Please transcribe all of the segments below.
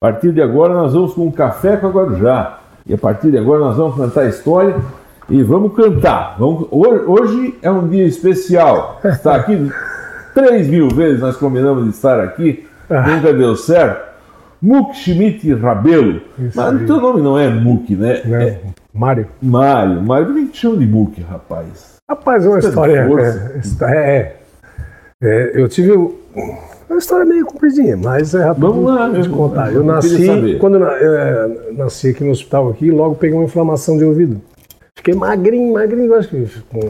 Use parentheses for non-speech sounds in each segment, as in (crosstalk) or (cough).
A partir de agora nós vamos com um café com a Guarujá. E a partir de agora nós vamos cantar a história e vamos cantar. Vamos... Hoje é um dia especial. Está aqui (laughs) três mil vezes nós combinamos de estar aqui, nunca deu certo. Muk Schmidt Rabelo. Isso Mas o aí. teu nome não é Muk, né? Não, É Mário. Mário. Mário, por que que te chama de Muk, rapaz? Rapaz, é uma Você história. tem força? É, histó- é, é, eu tive. um- Uma história meio compridinha, mas é rápido Vamos lá, de eu- contar. eu Eu queria saber. nasci, quando eu na- é, nasci aqui no hospital aqui, logo peguei uma inflamação de ouvido. Fiquei magrinho, magrinho, acho que com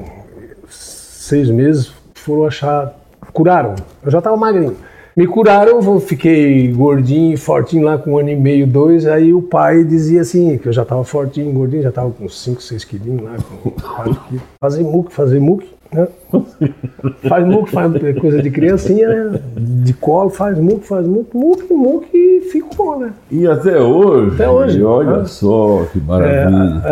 seis meses foram achar. Curaram. Eu já tava magrinho. Me curaram, eu fiquei gordinho, fortinho lá com um ano e meio, dois. Aí o pai dizia assim, que eu já tava fortinho, gordinho, já tava com 5, 6 quilinhos lá, com 4 quilos. Fazer muque, fazer muque, né? Faz muque, faz coisa de criancinha, né? De colo, faz muque, faz muque, muque, muque e ficou, né? E até hoje. Até hoje. Olha Ah. só que É, maravilha.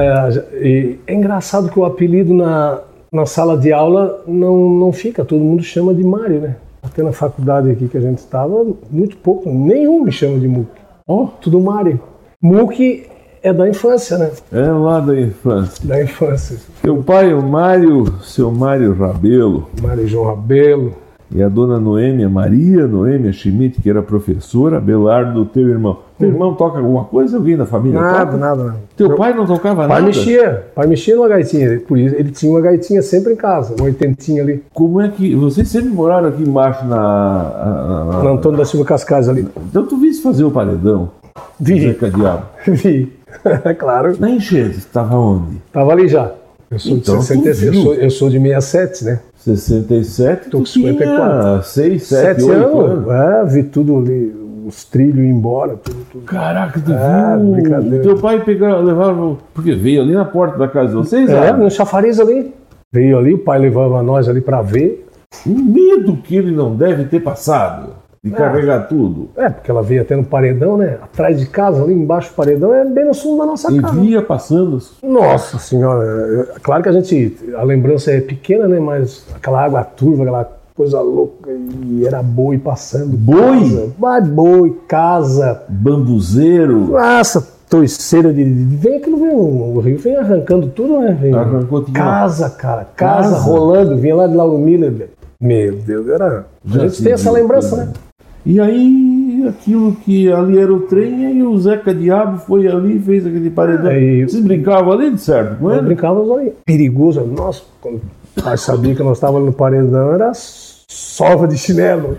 é, e é engraçado que o apelido na, na sala de aula não, não fica, todo mundo chama de Mário, né? Até na faculdade aqui que a gente estava, muito pouco, nenhum me chama de Muque. Ó, Tudo Mário. Muque é da infância, né? é lá da infância. Da infância. Teu pai, o Mário, seu Mário Rabelo, Mário João Rabelo. e a dona Noêmia, Maria Noêmia Schmidt, que era professora, Belardo, teu irmão. Teu irmão toca alguma coisa? Alguém da família Hum. Nada, toca? nada, nada. Teu pai não tocava Pai nada? mexia, pai mexia numa gaitinha, ele- por isso ele tinha uma gaitinha sempre em casa, uma oitentinha ali, Como é que... Vocês sempre moraram aqui embaixo na... na- na- no Antônio da Silva Cascais ali. Então tu viste fazer o paredão, Zé Vi, Cadiabo. Uhum. vi, (laughs) É claro. Na enchente, estava onde? Tava ali já. Eu sou Então, de 66, tu eu sou, eu sou de 67, né? 67, Tô tu com 54. tinha 6, 7, Sete 8 anos, anos. É, vi tudo ali, os trilhos embora, tudo, tudo. Caraca, tu Ah, viu? brincadeira. Teu pai pegava, levava... Porque veio ali na porta da casa de vocês, É, ah, no chafariz ali. Veio ali, o pai levava nós ali pra ver. O medo que ele não deve ter passado de carregar tudo. É, porque ela veio até no paredão, né? Atrás de casa, ali embaixo do paredão, é bem no fundo da nossa E casa. via passando. Nossa senhora, é- claro que a gente, a lembrança é pequena, né? Mas aquela água turva, aquela coisa louca, e era boi passando. Boi? Casa, Vai, boi, casa, Bambuzeiro. Nossa, torceira de. de- Vem aquilo, vem, o o Rio vem arrancando tudo, né? Vem- Arrancou tudo. Casa, cara, casa, Casa? rolando, vinha lá de Lauro Miller. velho. Meu Deus, era. Já A gente se tem essa viu, lembrança, cara. né? E aí, aquilo que ali era o trem, e o Zeca Diabo foi ali e fez aquele paredão. É, e- Vocês brincavam ali, de certo? Não Nós era? brincávamos ali. Perigoso, nossa, quando o pai sabia que nós estávamos no paredão, era sova (laughs) de chinelo.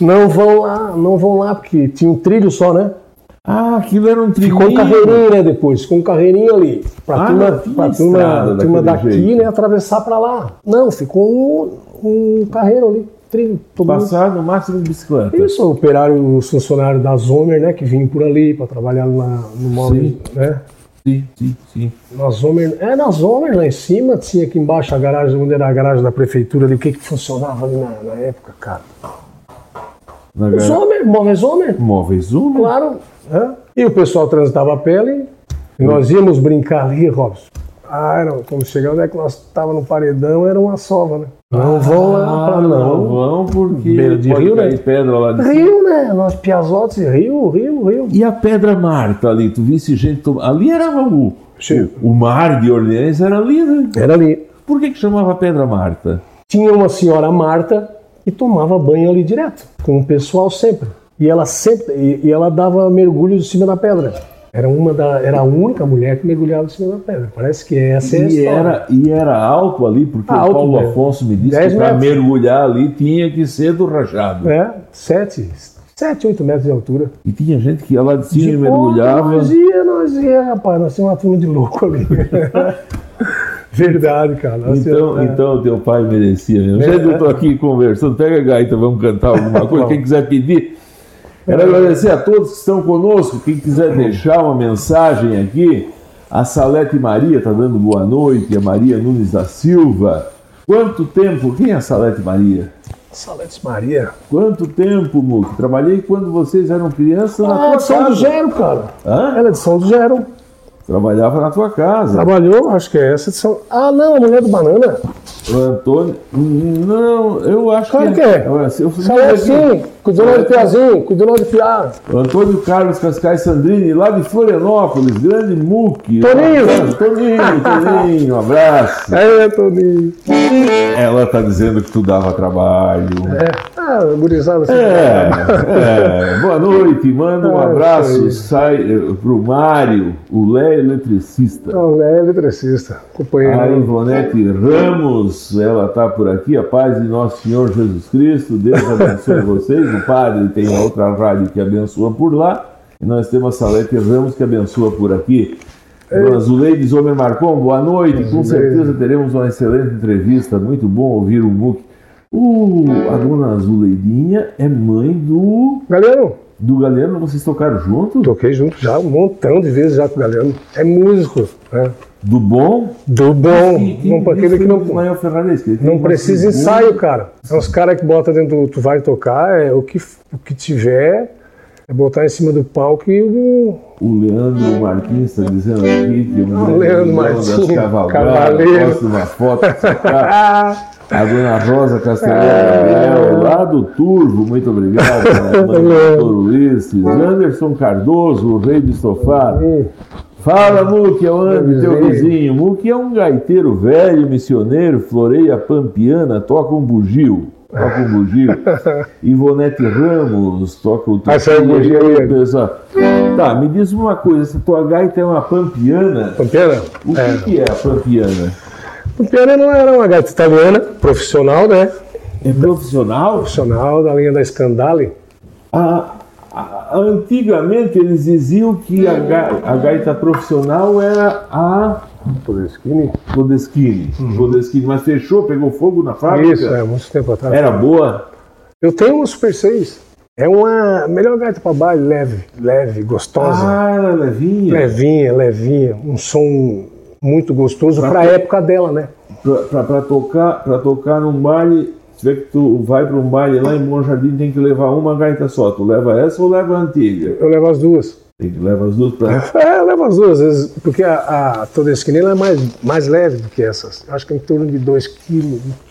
não vão lá, não vão lá, porque tinha um trilho só, né? Ah, aquilo era um trilho. Ficou um carreirinho, né, depois? Ficou um carreirinho ali. Pra Ah, turma, não tinha pra estrada turma, turma daquele daqui, jeito. né, atravessar pra lá. Não, ficou um, um carreiro ali, trilho, todo mundo. Passar no máximo de bicicleta. Isso, o operário, os funcionários da Zomer, né, que vinham por ali pra trabalhar lá no móvel, Sim. né? Sim, sim, sim. Na Zomer, é na Zomer lá em cima, tinha aqui embaixo a garagem, onde era a garagem da prefeitura ali, o que que funcionava ali na, na época, cara? Na garagem. Zomer, móvel Zomer. Móveis um uma. Claro. né? E o pessoal transitava a pele. E nós íamos brincar ali, Robson. Ah, não, quando chegava, é que nós estávamos no paredão, era uma sova, né? Não vão lá pra Ah, não não. vão, porque Beira de pode rio, cair né? pedra lá de Rio, né? Nós piazotes, rio, rio, rio. E a Pedra Marta ali, tu visse gente. tom- Ali era o, Sim. o, o mar de Orleans, era ali, né? Era ali. Por que, que chamava Pedra Marta? Tinha uma senhora Marta que tomava banho ali direto, com o pessoal sempre. E ela sempre, e, e ela dava mergulho de cima da pedra. Era uma da, era a única mulher que mergulhava de cima da pedra. Parece que essa é a E história. era, e era alto ali, porque Ah, o alto Paulo mesmo. Afonso me disse Dez que para metros. mergulhar ali tinha que ser do rajado. É, 7, 7, 8 metros de altura. E tinha gente que ia lá de cima e Pô, mergulhava. Nós ia, nós ia, rapaz, nós tínhamos uma turma de (laughs) louco ali. Verdade, cara. nós Então, tínhamos- é. então teu pai merecia mesmo. É. Gente, eu estou aqui conversando. Pega a gaita, vamos cantar alguma coisa. Vamos. Quem quiser pedir. Quero agradecer a todos que estão conosco. Quem Tá quiser deixar uma mensagem aqui, a Salete Maria está dando boa noite, a Maria Nunes da Silva. Quanto tempo? Quem é a Salete Maria? Saletes Maria. Quanto tempo, Muque? Trabalhei quando vocês eram crianças na Ah, tua é de São do casa. Gero, cara. Hã? Ela é de São do Gero. Trabalhava na tua casa. Trabalhou, acho que é essa edição. Ah, não, a mulher do Banana. O Antônio. hum, Não, eu acho Claro que é. Eu- eu- eu- Saiu assim, com o Donald Piazinho, com o Donald Piá. O Antônio Carlos Cascais Sandrini, lá de Florianópolis, grande muque. Toninho. Toninho, Toninho, um abraço. É, Toninho. Ela tá dizendo que tu dava trabalho. É. Ah, gurizada assim. É, é. Boa noite, manda um É, abraço isso sai, eh, pro Mário, o Lé Eletricista. Não, é eletricista, companheiro. A aí. Ivonete né, Ramos, ela tá por aqui, a paz de nosso Senhor Jesus Cristo, Deus (laughs) abençoe vocês, o padre tem uma outra rádio que abençoa por lá, e nós temos a Salete Ramos que abençoa por aqui. Dona Zuleide Zomer Marcon, boa noite, com É. Zuleide. certeza teremos uma excelente entrevista, muito bom ouvir o MUC. Uh, a dona Zuleidinha é mãe do... Galeno, Do Galeno, vocês tocaram junto? toquei junto já um montão de vezes já com o Galeno. É músico, né? Do bom? Do bom, bom para aquele que não, Ismael Ferrarese, que ele tem não uma precisa figura- ensaio, cara. São os caras que botam dentro do tu vai tocar, é o que, o que tiver, é botar em cima do palco e o O Leandro Martins está dizendo aqui que o grande Leandro vilão Martins, das cavalgadas, cavaleiro. posta uma foto. saca? Ah, A dona Rosa Castelhano, Gabriel, lá do Turvo, muito (laughs) obrigado. né, mãe do Leandro. Doutor Ulisses. Anderson Cardoso, o rei do sofá. Fala, Muque, é o Andy, teu Vizinho. vizinho. Muque é um gaiteiro velho, missioneiro, floreia pampiana, toca um bugio. Toca um (laughs) bugio. Ivonete Ramos, toca o Ah, isso é um bugio aí, Andy. pessoal. Tá, me diz uma coisa, se tua gaita é uma pampiana, Pampiana? o que É. que é a pampiana? Pampiana não era uma gata italiana, profissional, né? É profissional? Profissional da linha da Scandale. A- a- antigamente eles diziam que a, ga- a gaita profissional era a Podeschini. Podeschini. Podeschini, mas fechou, pegou fogo na fábrica. Isso, é, muito tempo atrás. Era boa? Eu tenho uma Super 6. É uma melhor gaita para baile, leve, leve, gostosa. Ah, era levinha. Levinha, levinha, um som muito gostoso para a época dela, né? Pra, pra- pra tocar, pra tocar num baile, se tiver que tu vai pra um baile lá em Bom Jardim, tem que levar uma gaita só. Tu leva essa ou leva a antiga? Eu levo as duas. Tem que levar as duas pra. É, eu levo as duas, às vezes, porque a, a toda esquinela é mais, mais leve do que essas. Acho que é em torno de um 2 kg, 1,8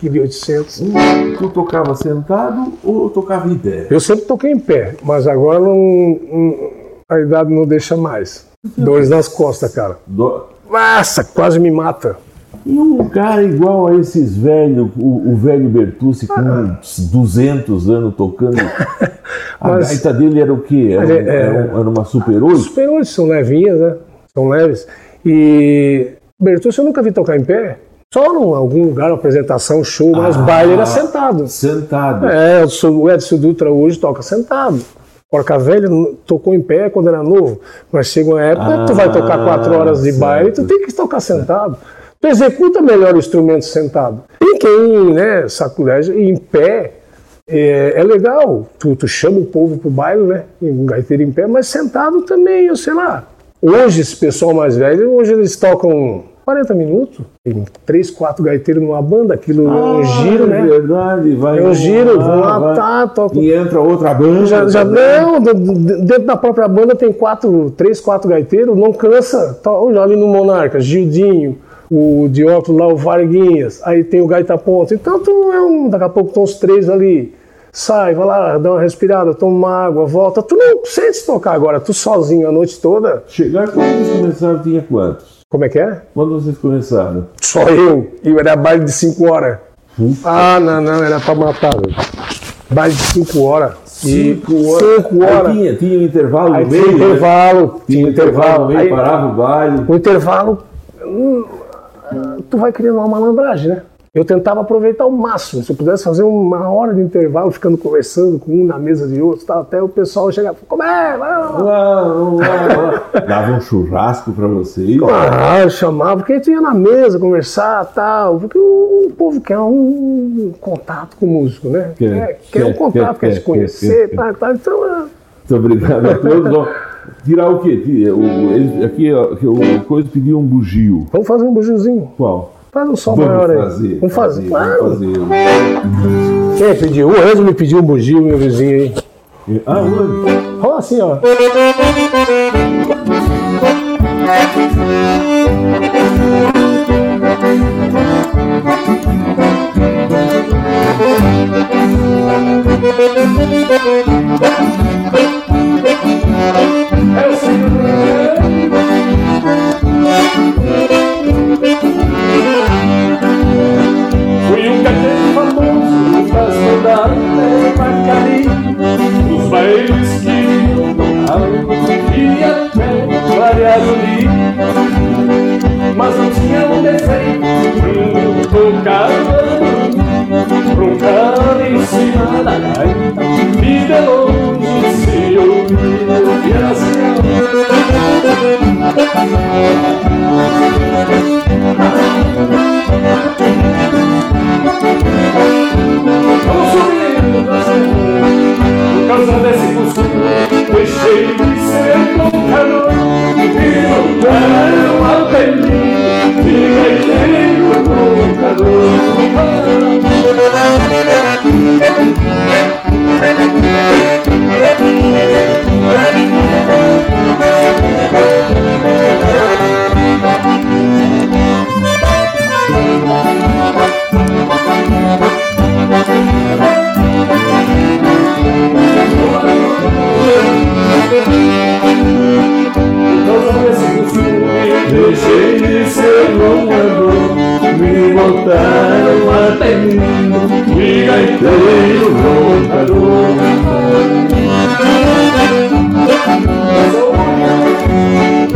kg. Tu tocava sentado ou tocava em pé? Eu sempre toquei em pé, mas agora não, não- a idade não deixa (laughs) mais. Dores nas costas, cara. Do- Nossa, quase me mata. E um cara igual a esses velhos, o, o velho Bertucci com Ah. uns 200 anos (laughs) tocando. A Mas- gaita dele era o quê? Era, um- Ele- é- era um- era uma Super 8? Super 8 são levinhas, né? São leves. E Bertucci eu nunca vi tocar em pé. Só em algum lugar, uma apresentação, show, mas Ah. baile era sentado. Sentado. É, eu sou- o Edson Dutra hoje toca sentado. Porca Velha n- tocou em pé quando era novo, mas chega uma época que tu vai tocar quatro Ah, horas de certo. baile, tu tem que tocar sentado. Tu executa melhor o instrumento sentado. E quem, né, sacrilégio, e em pé, é, é legal. Tu, tu chama o povo pro baile, né, e um gaiteiro em pé, mas sentado também, eu sei lá. Hoje, esse pessoal mais velho, hoje eles tocam 40 minutos, tem três, quatro gaiteiros numa banda, aquilo é um giro, Ah, né? verdade, vai. É um lá, giro, vão vai. lá, tá, toca. E entra outra banda. tá Já, já- também. não, d- d- dentro da própria banda tem quatro, três, quatro gaiteiros, não cansa. Tá, olha ali no Monarca, Gildinho, o Dióclio lá, o Varguinhas, aí tem o Gaita Ponto. Então tu é um, daqui a pouco estão os três ali. Sai, vai lá, dá uma respirada, toma uma água, volta. Tu não sente tocar agora, tu sozinho a noite toda. Chegar quando vocês começaram, tinha quantos? Como é que é? Quando vocês começaram? Só eu. E era baile de 5 horas. Hum? Ah, não, não, era pra matar. velho. Baile de 5 horas. Cinco horas. Cinco horas. Aí tinha, tinha um intervalo Aí no tinha meio. né? intervalo, Tinha tinha intervalo. no meio, Aí, parava o baile. o intervalo, hum, tu vai criando uma malandragem, né? Eu tentava aproveitar o máximo. Se eu pudesse fazer uma hora de intervalo, ficando conversando com um na mesa de outro, tal, até o pessoal chegar, como é? Vai, vai, vai." Lá, lá, lá. Dava um churrasco pra vocês. Ah, eu chamava, porque a gente ia na mesa conversar tal, porque o, o povo quer um contato com o músico, né? Quer, Quer, quer um quer, contato, quer, quer, quer, se conhecer, quer, tal, tal. Então, Muito obrigado a todos. Ó, Tirar o quê? Tira- o- ele- aqui, ó, que o Coisa pediu um bugio. é, vamos fazer um bugiozinho. Qual? Faz um som Vamos maior aí. fazer. vamos fazer, claro. Vamos fazer. Quem é pediu? O Enzo me pediu um bugio, meu vizinho aí. Ah, mano. Rola assim, ó. e até clarear o dia. Mas não tinha um defeito, tocava, broncava em cima da gaita, e de longe se ouvia assim. Vamos subindo na segunda. Por causa desse costume, deixei de ser tocador E não era um apelido, fiquei meio tocador Por causa desse costume, deixei de ser um tocador Me botaram apelido, me gaiteiro tocador Mas olha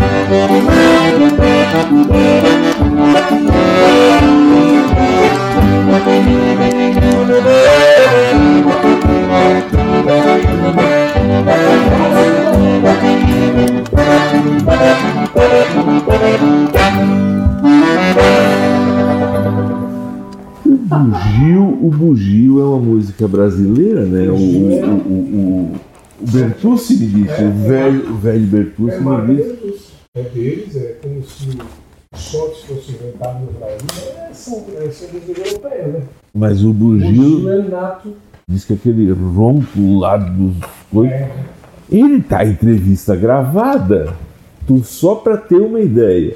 Bugio, o Bugio é uma música brasileira, né? O, o, o, o, o Bertucci me disse, o velho, o velho Bertucci me disse. É deles, é como se o shot fosse inventado no Brasil. É, são, é, são músicas europeias, né? Mas o O Gil Bugio é nato. diz que aquele ronco lá dos coisas. É, Ele tá em entrevista gravada. Tu só pra ter uma ideia.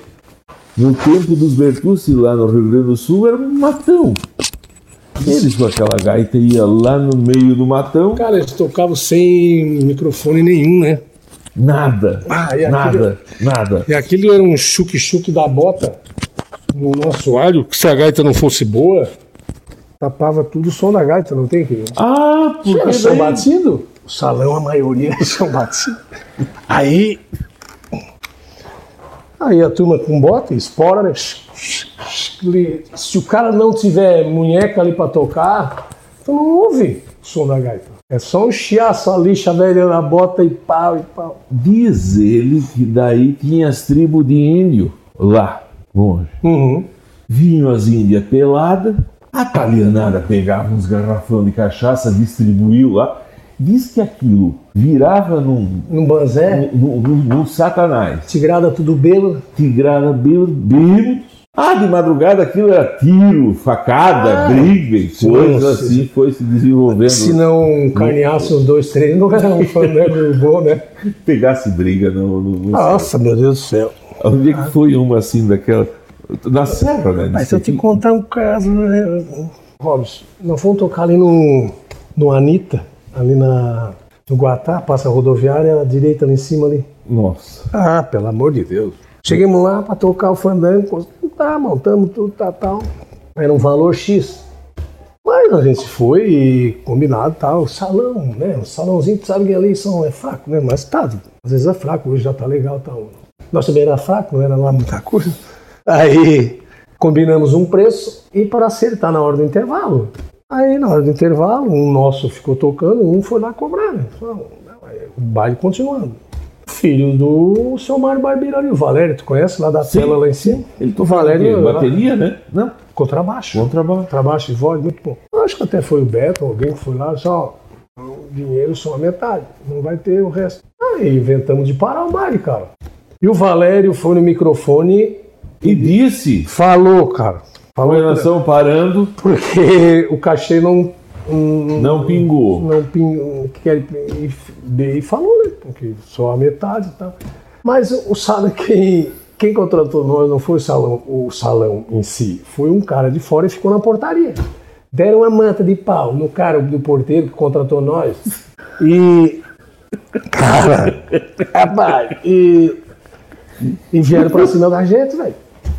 No tempo dos Bertucci lá no Rio Grande do Sul era um matão. Eles com aquela gaita ia lá no meio do matão, Cara, eles tocavam sem microfone nenhum, né? nada, Ah, e aquele- nada, nada. E aquilo era um chuque-chuque da bota no nosso alho, que se a gaita não fosse boa, tapava tudo o som da gaita, não tem que. Ah, porque daí- batido? O salão, a maioria é chão batido. Aí. Aí a turma com bota, espora, né? Ele- Se o cara não tiver munheca ali pra tocar, tu não ouve o som da gaita. É só um chiaço, a lixa velha na bota e pau e pau. Diz ele que daí tinha as tribos de índio lá longe. Uhum. Vinham as índias peladas, a talianada pegava uns garrafão de cachaça, distribuiu lá. Diz que aquilo virava num, No banzé, num, num- num satanás. tigrada tudo bêbado. Tigrada bêbado, bêbado. Ah, de madrugada aquilo era tiro, facada, Ah, briga e coisas nossa. assim, foi se desenvolvendo. Se não carneasse uns dois, três, não era um fandango bom, né? Pegasse briga no. no, no Nossa, meu Deus do céu. Onde é que foi uma assim daquela. Na serra, né? É, Mas se eu te Aqui. contar um caso, né? Robson, nós fomos tocar ali no, no Anitta, ali na, no Guatá, passa a rodoviária, à direita ali em cima ali. Nossa. Ah, pelo amor de Deus. Chegamos lá para tocar o fandango, tá, montamos tudo, tá, tal. Era um valor X. Mas a gente foi e combinado, tal, o salão, né? O salãozinho, tu sabe que ali são, é fraco, né? Mas tá, às vezes é fraco, hoje já tá legal, tal. Nós também era fraco, não era lá muita coisa. Aí combinamos um preço e para acertar na hora do intervalo. Aí na hora do intervalo, um nosso ficou tocando, um foi lá cobrar. né? Falou, "Não, aí O baile continuando. Filho do seu Mário Barbeiro ali, o Valério, tu conhece lá da Sim. tela lá em cima? Ele O tocou Valério lá- bateria, né? Não, Contrabaixo. contrabaixo. Trabalho de voz, muito bom. Eu Acho que até foi o Beto, alguém que foi lá, só o dinheiro só a metade, não vai ter o resto. Aí inventamos de parar o baile, cara. E o Valério foi no microfone, E disse, falou, cara. Falou, foi né? nós estamos parando, (laughs) porque o cachê não. não- não pingou. não pin- que quer- e, e falou, né? Porque só a metade e tal. Mas o salão, quem, quem contratou nós não foi o salão, o salão em si, foi um cara de fora e ficou na portaria. Deram uma manta de pau no cara do porteiro que contratou nós. E. Cara! rapaz, e. E vieram pra cima da gente, velho.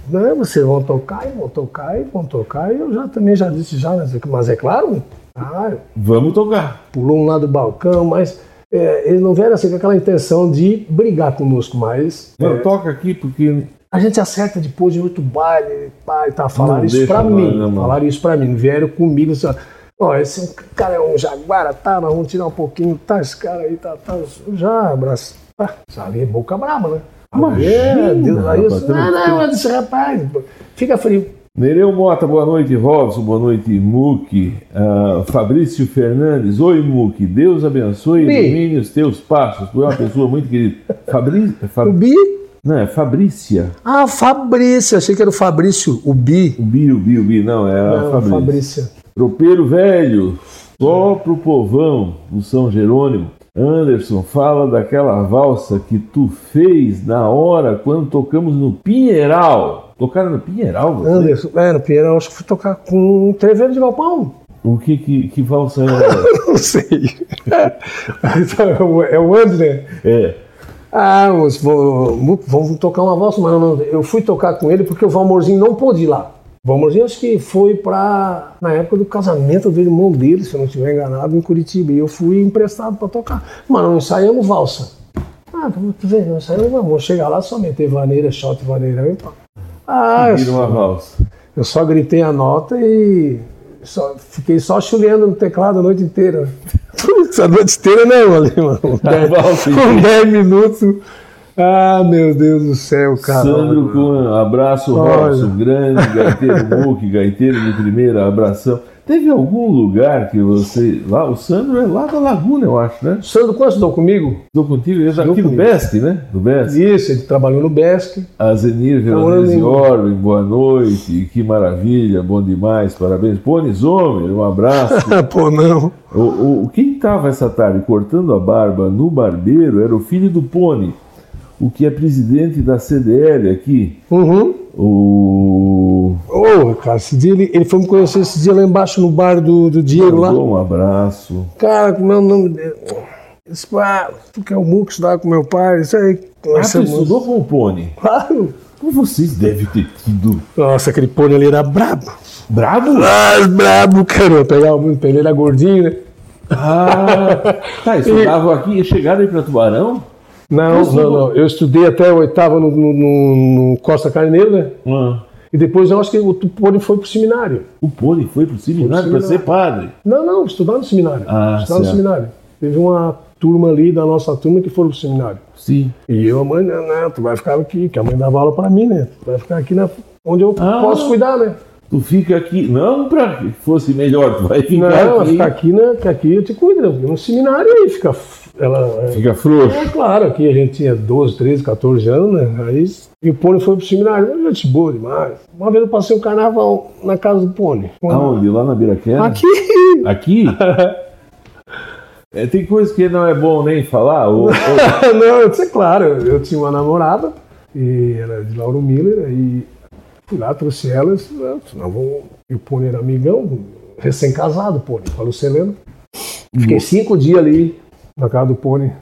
Não, vocês vão tocar e vão tocar e vão tocar. E eu já também já disse já, né, mas é claro, ah, Vamos tocar. pulou um lá do balcão, mas é, eles não vieram assim com aquela intenção de brigar conosco, mas Mano, toca aqui porque a gente acerta depois de muito baile, pá, e tá, Não falaram isso deixa pra mais, mim, né, mano? falaram isso pra mim, não vieram comigo, só, ó, esse cara é um jaguara, tá, nós vamos tirar um pouquinho, tá, esse cara aí, tá, tá, já, abraço, tá, sabe, é boca braba, né? Imagina, É, Deus, aí, eu, rapaz, não, não, esse rapaz, fica frio. Nereu Mota, boa noite, Robson, boa noite, Muque. Ah, Fabrício Fernandes, oi, Muque. Deus abençoe e Bi. ilumine os teus passos. Tu é uma pessoa muito querida. Fabri... O Fab... Bi, Não, é Fabrícia. ah, Fabrício, achei que era o Fabrício, o Bi. O Bi, o Bi, o Bi, não, é a Não, Fabrícia. Fabrício. Tropeiro velho, só pro povão do São Jerônimo. Anderson, fala daquela valsa que tu fez na hora quando tocamos no Pinheiral. Tocaram no Pinheiral? você? Anderson, é, no Pinheirão, acho que fui tocar com um treveiro de galpão. (laughs) O que, que, que valsa era? Não sei. (laughs) Então, é o- é o André. é. Ah, mas vou- mu- vamos tocar uma valsa, mas não, eu fui tocar com ele porque o Valmorzinho não pôde ir lá. O Valmorzinho acho que foi pra. na época do casamento do irmão dele, se eu não estiver enganado, em Curitiba. E eu fui emprestado pra tocar. Mas não ensaiamos valsa. Ah, tu vê, não ensaiamos valsa. Vou chegar lá só meter vaneira, shot, vaneira. e pá. Ah, eu Vira uma valsa. eu só gritei a nota e só- fiquei só chuleando no teclado a noite inteira. Putz, (laughs) a noite inteira não, ali, (laughs) mano. valsa, Com 10 minutos. Ah, meu Deus do céu, cara. Sandro Kuan, abraço, Olha. Robson, grande, gaiteiro Muque, gaiteiro de primeira, abração. Teve algum lugar que você. Lá, o Sandro é lá da Laguna, eu acho, né? Sandro, quando estudou comigo? Estou contigo, ele é daqui do comigo. Best, né? Do Best. Isso, ele trabalhou no BESC. Azenir Veronese Olha. Orbe, boa noite, que maravilha, bom demais, parabéns. Pone Zomer, um (laughs) abraço. (laughs) Pô, não. O, o- quem estava essa tarde cortando a barba no barbeiro era o filho do Pone, o que é presidente da CDL aqui. Uhum. O. Ô, cara, esse dia ele, ele foi me conhecer esse dia lá embaixo no bar do, do Diego lá. Mandou um abraço. Cara, como é o nome dele? Esse pá, porque é o Muco estudava com meu pai, isso aí. Ah, tu estudou com o Pony. Claro. Como vocês devem ter tido. Nossa, aquele pônei ali era brabo. (laughs) Brabo? Ah, brabo, cara. Eu pegava muito pra ele, era gordinho, né? Ah, tá, estudavam aqui e chegaram aí pra Tubarão? Não, Mas, não, Igor- não. Eu estudei até a oitava no, no- no- no Costa Carneiro, né? Ah, E depois eu acho que o Tupone foi pro seminário. o Pony foi pro seminário Foi pra pro ser padre. Não, não, estudar no seminário. Ah, estudar no certo. seminário. Teve uma turma ali da nossa turma que foram pro seminário. Sim. E eu, a mãe, não, não, tu vai ficar aqui, que a mãe dava aula pra mim, né? Tu vai ficar aqui na, onde eu Ah. posso cuidar, né? Tu fica aqui, não pra que fosse melhor, tu vai Não, ficar ela aqui. fica aqui, né? Que aqui eu te cuido, né? Porque No seminário aí fica. f- Ela, Fica frouxo. É claro, aqui a gente tinha 12, 13, 14 anos, né? Aí, e o Pony foi pro seminário, mas gente boa demais. Uma vez eu passei um carnaval na casa do Pony. Aonde? Lá na Biraquera? Aqui! (laughs) Aqui? É, tem coisa que não é bom nem falar. Ou, ou- (laughs) Não, isso é claro, eu tinha uma namorada, e era de Lauro Miller, e fui lá, trouxe ela, e disse, "Não, senão vou-" e o Pony era amigão, recém-casado, Pony, falou Celeno. Fiquei cinco dias ali na casa do Pony.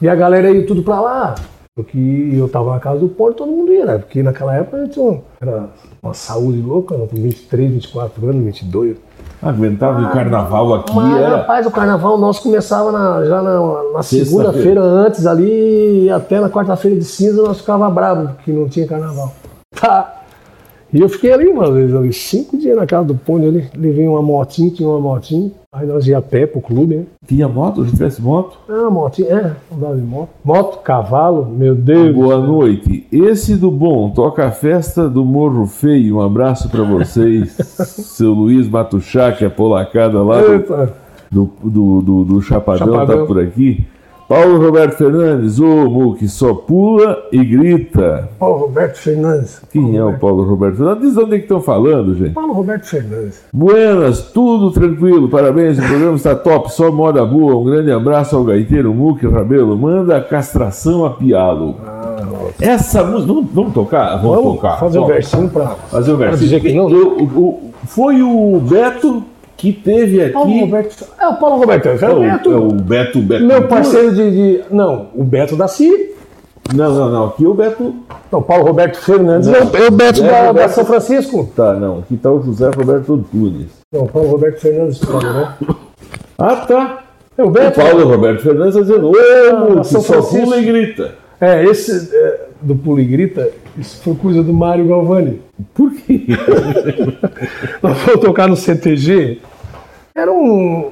E a galera ia tudo pra lá. Porque eu tava na casa do Pony, todo mundo ia, né? Porque naquela época eu tinha um- era uma saúde louca, né? com 23, 24 anos, 22. aguentava Ah, o carnaval aqui. Mas, Era... rapaz, o carnaval nosso começava na- já na, na Sexta-feira. segunda-feira antes ali, e até na quarta-feira de cinza nós ficava bravos, porque não tinha carnaval. (laughs) Tá. E eu fiquei ali uma vez, ali, cinco dias na casa do Pony ali, levei uma motinha, tinha uma motinha, aí nós ia a pé pro clube, né? Tinha moto? Se tivesse moto? Ah, moto, é, andava de moto. Moto, cavalo, meu Deus. Boa noite. Esse do bom toca a festa do Morro Feio. Um abraço pra vocês. (laughs) Seu Luiz Matuchá, que é polacada lá do, Eita. do, do, do- do Chapadão, Chapadão. tá por aqui. Paulo Roberto Fernandes, ô Mu, que só pula e grita. Paulo Roberto Fernandes. Quem é o Paulo Roberto Fernandes? Diz onde é que estão falando, gente. Paulo Roberto Fernandes. Buenas, tudo tranquilo, parabéns, o programa está top, só moda boa. Um grande abraço ao gaiteiro Muque Rabelo, manda a castração a Pialo. Essa música, vamos, vamos tocar? Vamos, Ah, Vamos tocar. fazer um Vamos versinho pra. Fazer o verso. dizer que não, né? Eu- o- o- foi o Beto que teve aqui. Paulo Roberto. É o Paulo Roberto. É o, Roberto. é o Beto, Beto. Meu parceiro de, de- Não, o Beto da Siri. Não, não, não. Aqui é o Beto. Não, Paulo Roberto Fernandes. Não, é o Beto é o da, da Beto. São Francisco. Tá, não. Aqui tá o José Roberto Antunes. Não, Paulo Roberto Fernandes, claro, né? Ah, tá. O O Beto, Paulo Roberto Fernandes está dizendo, ô, Ah, que São só Francisco. pula e grita. é, esse é, do Pula e Grita, isso foi coisa do Mário Galvani. Por quê? Nós fomos tocar no CTG. Era um.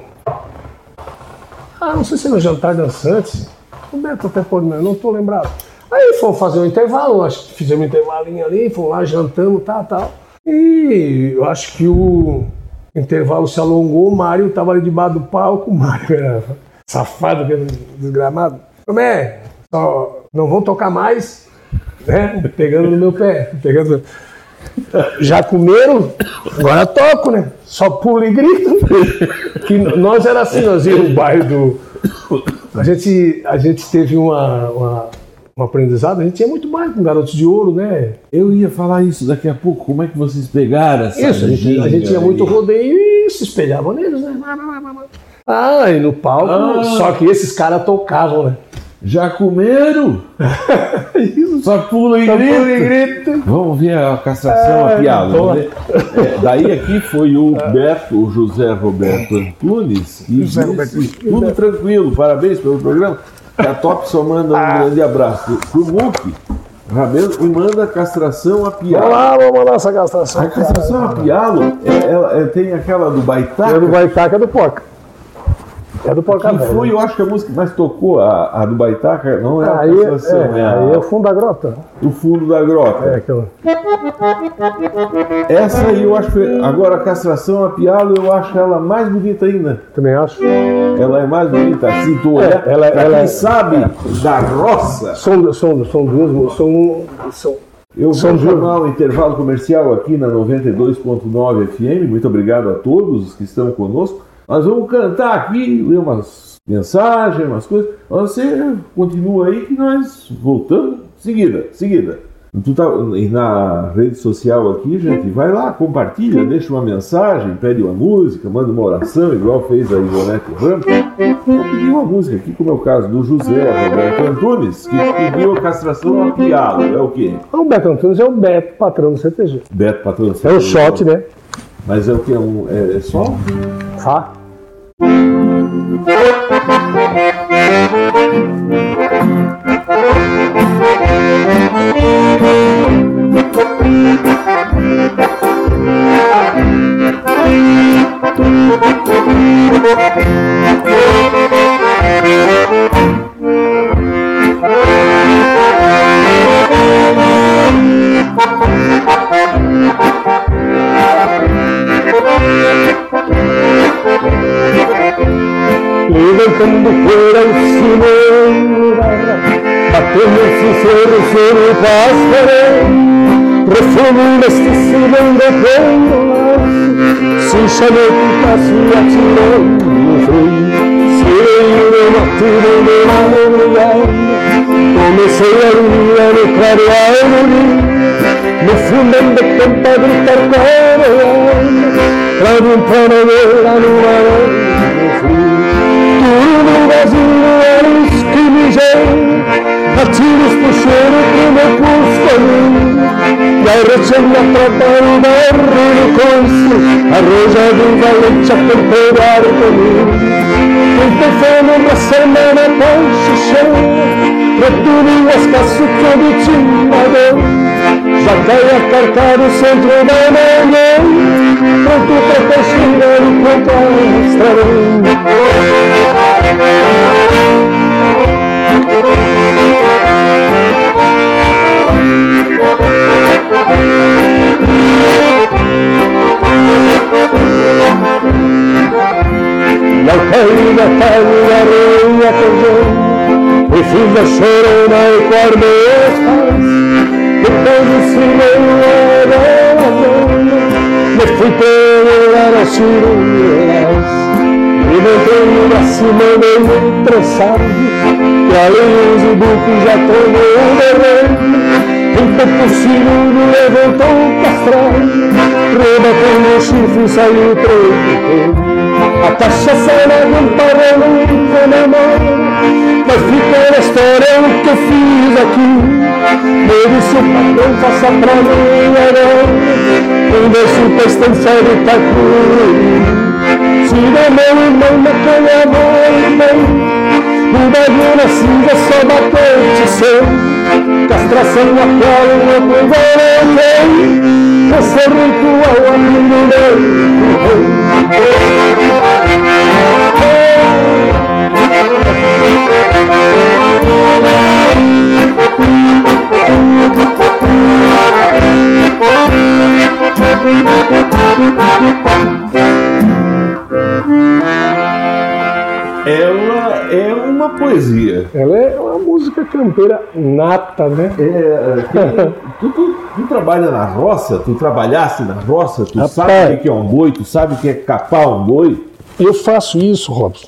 Ah, não sei se era um jantar dançante. O Beto até pode, não estou lembrado. Aí fomos fazer um intervalo, acho que fizemos um intervalinho ali, fomos lá, jantamos, tal, tal. E eu acho que o intervalo se alongou, o Mário estava ali debaixo do palco, (laughs) o Mário era safado, que era desgramado. Como é? Só não vão tocar mais, né? Pegando no meu pé, pegando. Já comeram? Agora toco, né? Só pulo e grito. Que nós era assim, nós íamos no bairro do. A gente, a gente teve uma, uma, um aprendizado, a gente ia muito bairro com garotos de ouro, né? Eu ia falar isso daqui a pouco, como é que vocês pegaram essa Isso, a gente, a ginga gente ia aí? muito rodeio e se espelhava neles, né? Lá, lá, lá, lá. Ah, e no palco, Ah. só que esses caras tocavam, né? (laughs) É Já comeram? Isso, tá Só pula e só grita. pulo e grito. Vamos ver a castração Ah, aqui, tô- Alan. né? É, daí aqui foi o Beto, o José Roberto Antunes, e José disse, Roberto. tudo tranquilo, parabéns pelo programa. A Top só manda um Ah. grande abraço pro Muki Rabelo e manda a castração a Vamos Pialo. lá, vamos lá essa gastação. A castração a Pialo é, ela- é- tem aquela do É do Baitaca, Baitaca, é do Poca. É do Poca, que velho. foi, eu acho que a música que mais tocou, a, a do Baitaca, não é a Aí é, castração, é, aí é a, o fundo da grota. o fundo da grota. É aquela. Essa aí eu acho que. Agora a castração a Pialo eu acho ela mais bonita ainda. Também acho. Ela é mais bonita assim, tu olhar. É, ela- pra ela- é. quem sabe da roça, São, são, são duas, mu- são, são. eu São vou chamar o intervalo comercial aqui na 92.9 FM. Muito obrigado a todos que estão conosco. Nós vamos cantar aqui, ler umas mensagens, umas coisas. Você continua aí que nós voltamos. Seguida, seguida. Tu tá e na rede social aqui, gente, vai lá, compartilha, deixa uma mensagem, pede uma música, manda uma oração, igual fez a Ivonete Ramos. Vou pedir uma música aqui, como é o caso do José Roberto Antunes, que pediu a castração a piada. É o quê? Ah, O Beto Antunes é o Beto, patrão do CTG. Beto Patrão. É um shot, né? então. Mas é o que? É, um, é, é só? Fá. Levantando poeira o sino Batendo o sincero sobre o pássaro Profundo neste silão detendo o laço Se chamou que tá se atirando no frio Serei o maturo de madrugada Comecei a linha no clarear no rio No fundão de campo a gritar coroa Pra um panadeira no frio tudo vazio era os que me Atiros pro cheiro que me custa E a rechenda tratar o barro do conce Arrojado um valente a temperar comigo Um tefano, uma semana, ponche cheia Retudo as caçucas do timbador já cai a carcar o centro da manhã Pronto pra fechar o contraste Não caí da tarde areia perdão E fiz da chorona e quar meus pais Depois do cinema da zona Me fui pegar as ciruelas E voltei na cima do meu trançado E a luz do buco já tomou o derrame Então por segundo levantou o castrado Rebateu meu chifre e saiu preto a cachaça era um parelo envenenado Mas fica a história o que eu fiz aqui Por isso não faça pra mim agora Um beijo pra estância de Itacuri Tira meu irmão, maconha, meu irmão. O bagulho na cinza só bateu tição. Castração, aquela, uma conversa. Câncer ritual, a Ela é uma poesia. Ela é uma música campeira nata, né? É, tem- tu, tu- tu trabalha na roça, tu trabalhaste na roça, tu Rapaz. sabe o que que é um boi, tu sabe o que é capar um boi, Eu faço isso, Robson.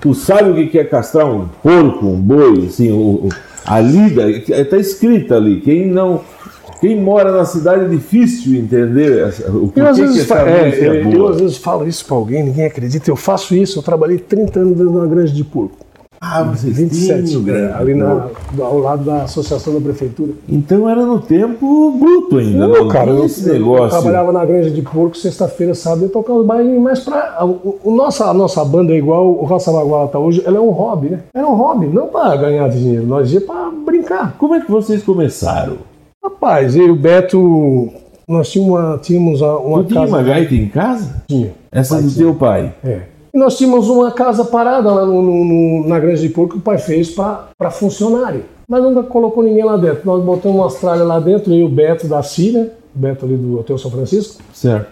tu sabe o que que é castrar um porco, um boi, assim, o, o- a lida, está escrita ali. Quem não. Quem mora na cidade é difícil entender essa- o que, Eu, às que vezes, essa fa- é, música é eu- eu, boa. às vezes falo isso pra alguém, ninguém acredita. Eu faço isso, eu trabalhei 30 anos dentro de uma granja de porco. Ah, vocês têm 27, um né? grande ali porco. na, ao lado da associação da prefeitura. Então era no tempo bruto ainda. Não, cara, tinha eu, esse eu negócio. trabalhava na granja de porco, sexta-feira, sábado, eu tocava os bailinhos, mas pra, o, o nossa, a nossa banda é igual o Raça Baguala tá hoje, ela é um hobby, né? Era um hobby, não para ganhar dinheiro, nós ia pra brincar. Como é que vocês começaram? Rapaz, eu e o Beto, nós tínhamos uma, tínhamos uma, uma Tu tinha casa... uma gaita em casa? Tinha. Essa do teu pai. É. E nós tínhamos uma casa parada lá no- no- no- na Granja de Porco que o pai fez para funcionário. Mas nunca colocou ninguém lá dentro. Nós botamos umas tralhas lá dentro, eu e o Beto da Cira, o Beto ali do Hotel São Francisco, Certo.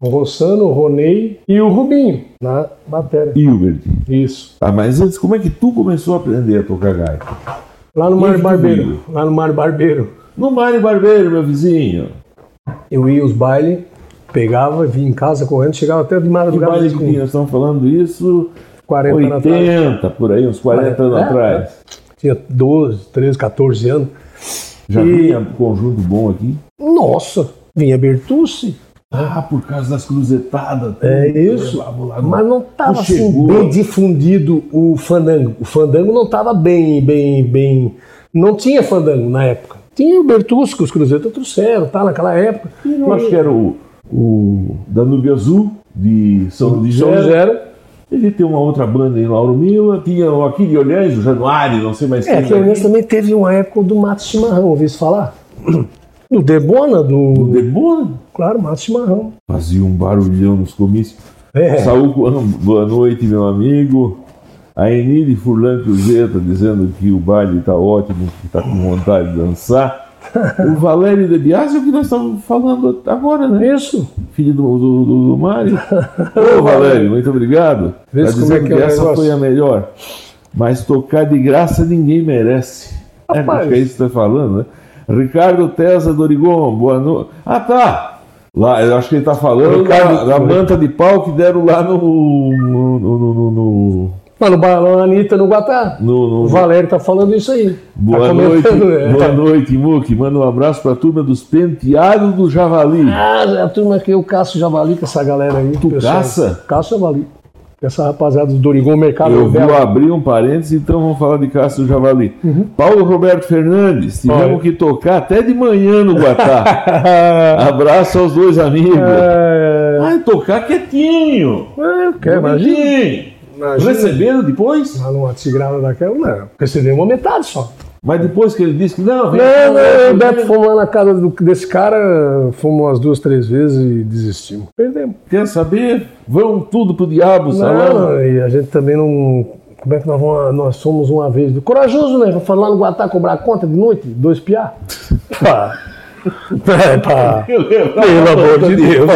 o Rossano, o Ronei e o Rubinho na matéria. Hilbert. Isso. Tá, mas antes, como é que tu começou a aprender a tocar gaita? Lá no E Mário o Barbeiro. Rubinho? Lá no Mário Barbeiro. No Mário Barbeiro, meu vizinho. Eu ia aos bailes, pegava, vinha em casa correndo, chegava até de Que madrugada baile que com nós estamos falando isso? 40 na tarde. 80, por aí, uns 40 anos É, atrás. Tinha 12, 13, 14 anos. Já é? E- tinha um conjunto bom aqui. Nossa, vinha Bertucci. Ah, por causa das cruzetadas. É tudo. isso. Lá, Hum, lá, lá. Mas não Não estava assim chegou. bem difundido o fandango. O fandango não estava bem, bem, bem. Não tinha fandango na época. Tinha o Bertucci, que os Cruzeiros trouxeram, tá? Naquela época. Eu acho que era o, o Danúbio Azul, de São São Ligério. José. Ele tem uma outra banda em Lauro Mila, tinha o aqui de Olhães, o Januário, não sei mais É, que quem. o também teve uma época do Mato Chimarrão, ouvi isso falar. Do Debona, O do. Debona Claro, Mato Chimarrão. fazia um barulhão nos comícios. É. Saúl, boa noite, meu amigo. A Enide Furlan Cruzeta dizendo que o baile está ótimo, que está com vontade de dançar. O Valério de Biasi, o que nós estamos falando agora, né? Isso. Filho do, do, do- do Mário. (laughs) Ô, Valério, muito obrigado. Vê Tá se como é dizendo que que, é o essa negócio. foi a melhor. Mas tocar de graça ninguém merece. É, Rapaz. acho que é isso que está falando, né? Ricardo Tesa Dorigon, boa noite. Ah, tá! Lá, eu acho que ele está falando Ricardo- da, da manta de pau que deram lá no. no, no, no, no, no, Mano, Balão Anitta no Guatá. no- O Valério tá falando isso aí. Boa tá noite, comentando, é. boa noite, Muki. Manda um abraço para a turma dos penteados do Javali. Ah, a turma que eu caço javali com essa galera aí. Tu caça? Caço javali. Com Essa rapaziada do Dorigon Mercado Eu vou Belo. abrir um parênteses, então vamos falar de Cássio Javali. Uhum. Paulo Roberto Fernandes, tivemos Olha. que tocar até de manhã no Guatá. (laughs) Abraço aos dois amigos. Ah, é... Ai, tocar quietinho. é, quer, imagina. Quietinho. imagina. Receberam depois? Lá numa tigrada daquela, né? não. Recebeu uma metade só. Mas depois que ele disse que não, vem cá, Não, não, o vem cá, Beto fomos lá na casa do- desse cara, fomos umas duas, três vezes e desistimos. Perdemos. Quer saber? Vão tudo pro diabo, salão. Não, e a gente também não. Como é que nós vamos. Nós somos uma vez. Corajoso, né? Vou falar no Guatá cobrar conta de noite, (laughs) dois piá. Pá. É, pá. tá Pelo amor de Deus.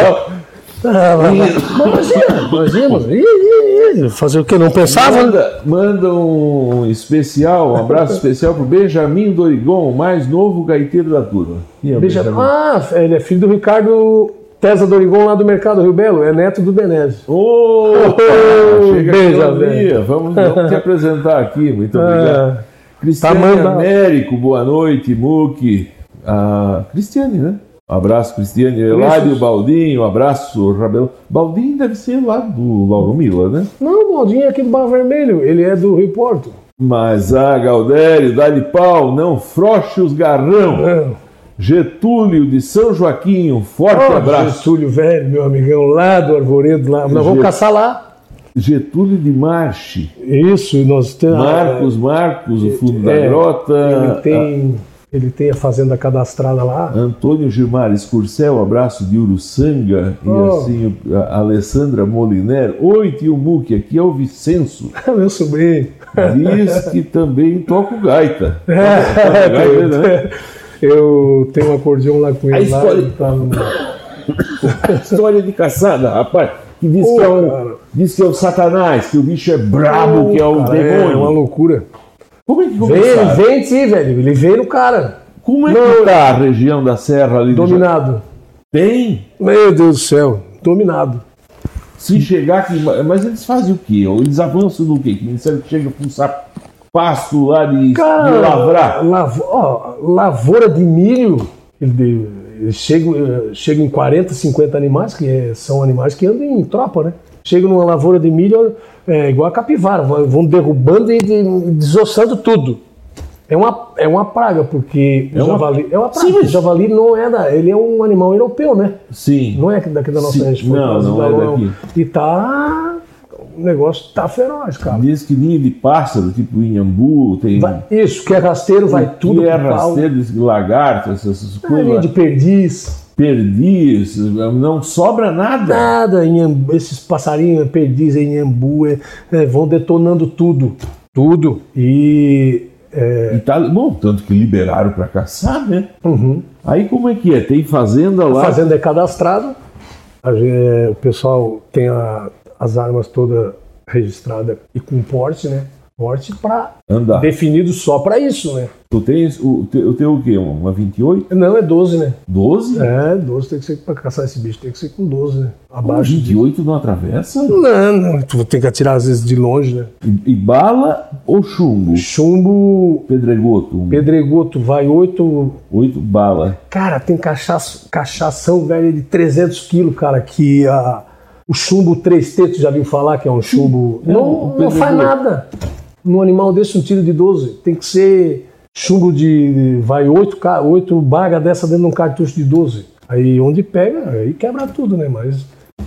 Ah, mas- mas imagina, nós íamos. Ih, ih, ih, Fazer o que? Não pensava? né? Manda, manda um especial, um abraço (laughs) especial pro Benjamin Dorigon, o mais novo gaiteiro da turma. Quem é o Deixa- Ah, ele é filho do Ricardo Tesa Dorigon lá do Mercado Rio Belo. É neto do Benezes. Opa, Ô, chega beijo, aqui, velho. Lia. vamos, vamos te apresentar aqui, muito obrigado. Ah, Cristiane Tamanho da- Américo, boa noite, Muki. Ah, Cristiane, né? Um abraço, Cristiane. Eládio Baldinho, um abraço, Rabelo. Baldinho deve ser lá do Lauro Mila, né? Não, o Baldinho é aqui do Bar Vermelho. Ele é do Rio Porto. Mas, ah, Galdério, dá-lhe pau, não froche os garrão. Não. Getúlio de São Joaquim, um forte Ó, abraço. Getúlio Oh, velho, meu amigão, lá do Arvoredo, lá. Nós Getúlio. vamos caçar lá. Getúlio de Marche, Isso, e nós temos. Marcos, ah, Marcos, o fundo da Ah, é, Ele grota. tem, ele tem a fazenda cadastrada lá. (laughs) Antônio Gilmar Escurcel, abraço de Uruçanga. E Oh. assim, o- a Alessandra Moliner. Oi, tio Muque, aqui é o Vicenço. Meu sobrinho. Tá Diz que também toco gaita. É, gaita, né? (laughs) eu tenho um acordeão lá com A ele. Lá, história- ele tá no- (laughs) História de caçada, rapaz. Que diz, Ô, que, é o, cara. diz que é o satanás, que o bicho é brabo, que é o Cara, demônio. É uma loucura. Como é que Vem, ele começaram? vem em ti, velho. Ele veio no cara. Como é que Não, tá a região da serra ali? de Ja- Dominado. Tem? Meu Deus do céu. Dominado. Se chegar aqui. Mas eles fazem o quê? Ou Eles avançam no quê? Que Ministério que chega com um sapato lá de, de Cara, lavrar. lavo- ó, lavoura de milho, ele, de- ele chega, eh, chega em 40, 50 animais, que é- são animais que andam em tropa, né? Chega numa lavoura de milho, é igual a capivara, vão vão derrubando e de- desossando tudo. É uma, é uma praga, porque É o uma- javali. É uma praga. Sim, mas- O javali não é da. Ele é um animal europeu, né? Sim. Não é daqui da nossa Sim, região. não, mas não é daqui. E tá. O negócio tá feroz, cara. Diz que ninho de pássaro, tipo inhambu, tem. Vai- isso, que é rasteiro, vai tudo que é pro pau. Ah, rasteiro, diz que lagarto, essas essas Galinha coisas. de perdiz, Perdiz, não sobra nada. nada, inhambu, esses passarinhos, é perdiz, inhambu, é, é, vão detonando tudo. Tudo. E. é, E tá- bom, tanto que liberaram para caçar, né? uhum. Aí como é que é? Tem fazenda A lá. fazenda é cadastrada, a gen- é, o pessoal tem a- as armas todas registradas e com porte, né? Porte pra, Andar. definido só pra isso, né? Tu tens o, te- eu tenho o quê? Uma 28? Não, é 12, né? 12? É, 12 tem que ser, pra caçar esse bicho tem que ser com 12, né? Uma Abaixo de. 28 não atravessa? Não, não, tu tem que atirar às vezes de longe, né? E, e bala ou chumbo? Chumbo Pedregoto, um, Pedregoto vai 8. oito bala. Cara, tem cachaça, cachação velha de 300 quilos, cara, que a, o chumbo 3 tetos, já viu falar que é um chumbo. É, o não, não Pedregoto. faz nada. Num animal desse, um tiro de 12. Tem que ser chumbo de. Vai 8, ca- 8 baga dessa dentro de um cartucho de 12. Aí onde pega, aí quebra tudo, né? Mas.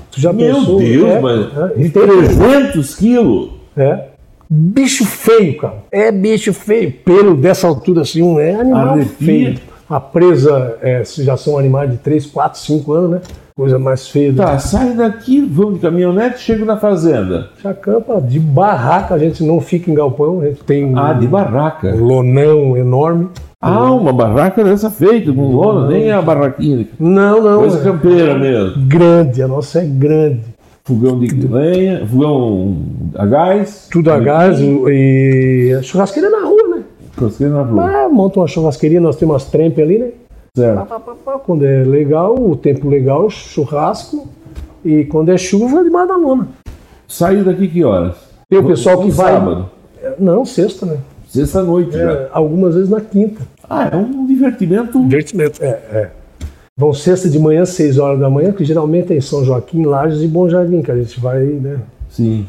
Tu já Meu pensou? Deus, é, mas- É, e tem- 300 quilos? é. Bicho feio, cara. É bicho feio. Pelo dessa altura assim, um é animal Arrepia. feio. A presa é, se já são animais de 3, 4, 5 anos, né? Coisa mais feia. do Tá, sai daqui, vamos de caminhonete, chego na fazenda. que Chacampa, de barraca, a gente não fica em galpão, a gente tem um, Ah, de barraca. um lonão enorme. Ah, uma barraca dessa feita, com lona, nem é a barraquinha. Não, não. Coisa é campeira mesmo. Grande, a nossa é grande. Fogão de lenha, fogão a gás. Tudo a gás Uhum. e a churrasqueira é na rua, né? Cosquei na rua. Ah, monta uma churrasqueria, nós temos umas trempas ali, né? Pá, Certo. pá, pá, pá. Quando é legal, o tempo legal, churrasco. E quando é chuva, de da lona. Saiu daqui que horas? Tem o pessoal que No vai. Sábado. É, Não, sexta, né? Sexta-noite já. É, algumas vezes na quinta. Ah, é um divertimento. Divertimento. É, é. Vão sexta de manhã, seis horas da manhã, que geralmente é em São Joaquim, Lages e Bom Jardim, que a gente vai, né? Sim.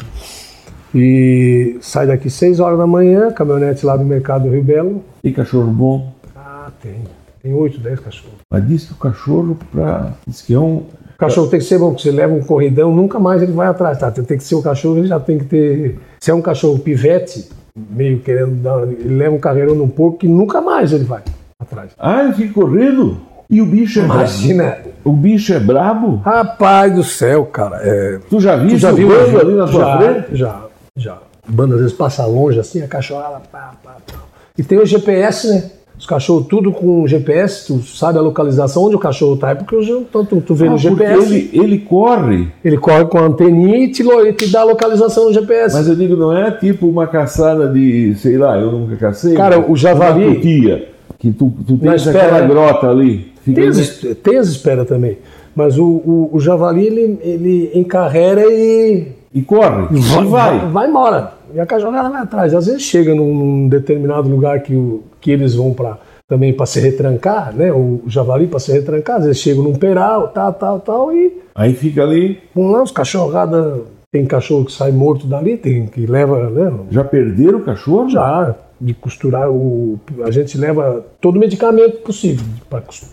E sai daqui seis horas da manhã, caminhonete lá do Mercado do Rio Belo. E cachorro bom. Ah, tem. Tem oito, dez cachorros. Mas diz que o cachorro pra. Diz que é um. O cachorro tem que ser bom, porque você leva um corridão, nunca mais ele vai atrás, tá? Tem tem que ser o cachorro, ele já tem que ter. Se é um cachorro pivete, meio querendo dar. Ele leva um carreirão num porco que nunca mais ele vai atrás. Ah, ele fica correndo. E o bicho é brabo. Imagina! O bicho é brabo. Rapaz do céu, cara. É, Tu já viu tu já viu bando ali na tua já, frente? Já, já. O bando às vezes passa longe assim, a cachorrada. Pá, pá, pá. E tem o GPS, né? Os cachorros tudo com GPS, tu sabe a localização onde o cachorro tá, é porque hoje então, tu, tu vê Ah, no porque GPS. ele, ele corre. Ele corre com a anteninha e te, lo- e te dá a localização no GPS. Mas eu digo, não é tipo uma caçada de, sei lá, eu nunca cacei. Cara, o javali- Uma cutia, que tu, tu tens espera, aquela né? grota ali. Fica tem, as, es- tem as espera também. Mas o, o, o javali, ele, ele encarrega e E corre. E vai. Vai embora. E a cajorada vai atrás. Às vezes chega num, num determinado lugar que, o, que eles vão para também para se retrancar, né? O javali para se retrancar, às vezes chega num peral, tal, tal, tal, e Aí fica ali, vão lá os cachorrada. Tem cachorro que sai morto dali, tem que leva, né? já perderam o cachorro? Já de costurar o. A gente leva todo o medicamento possível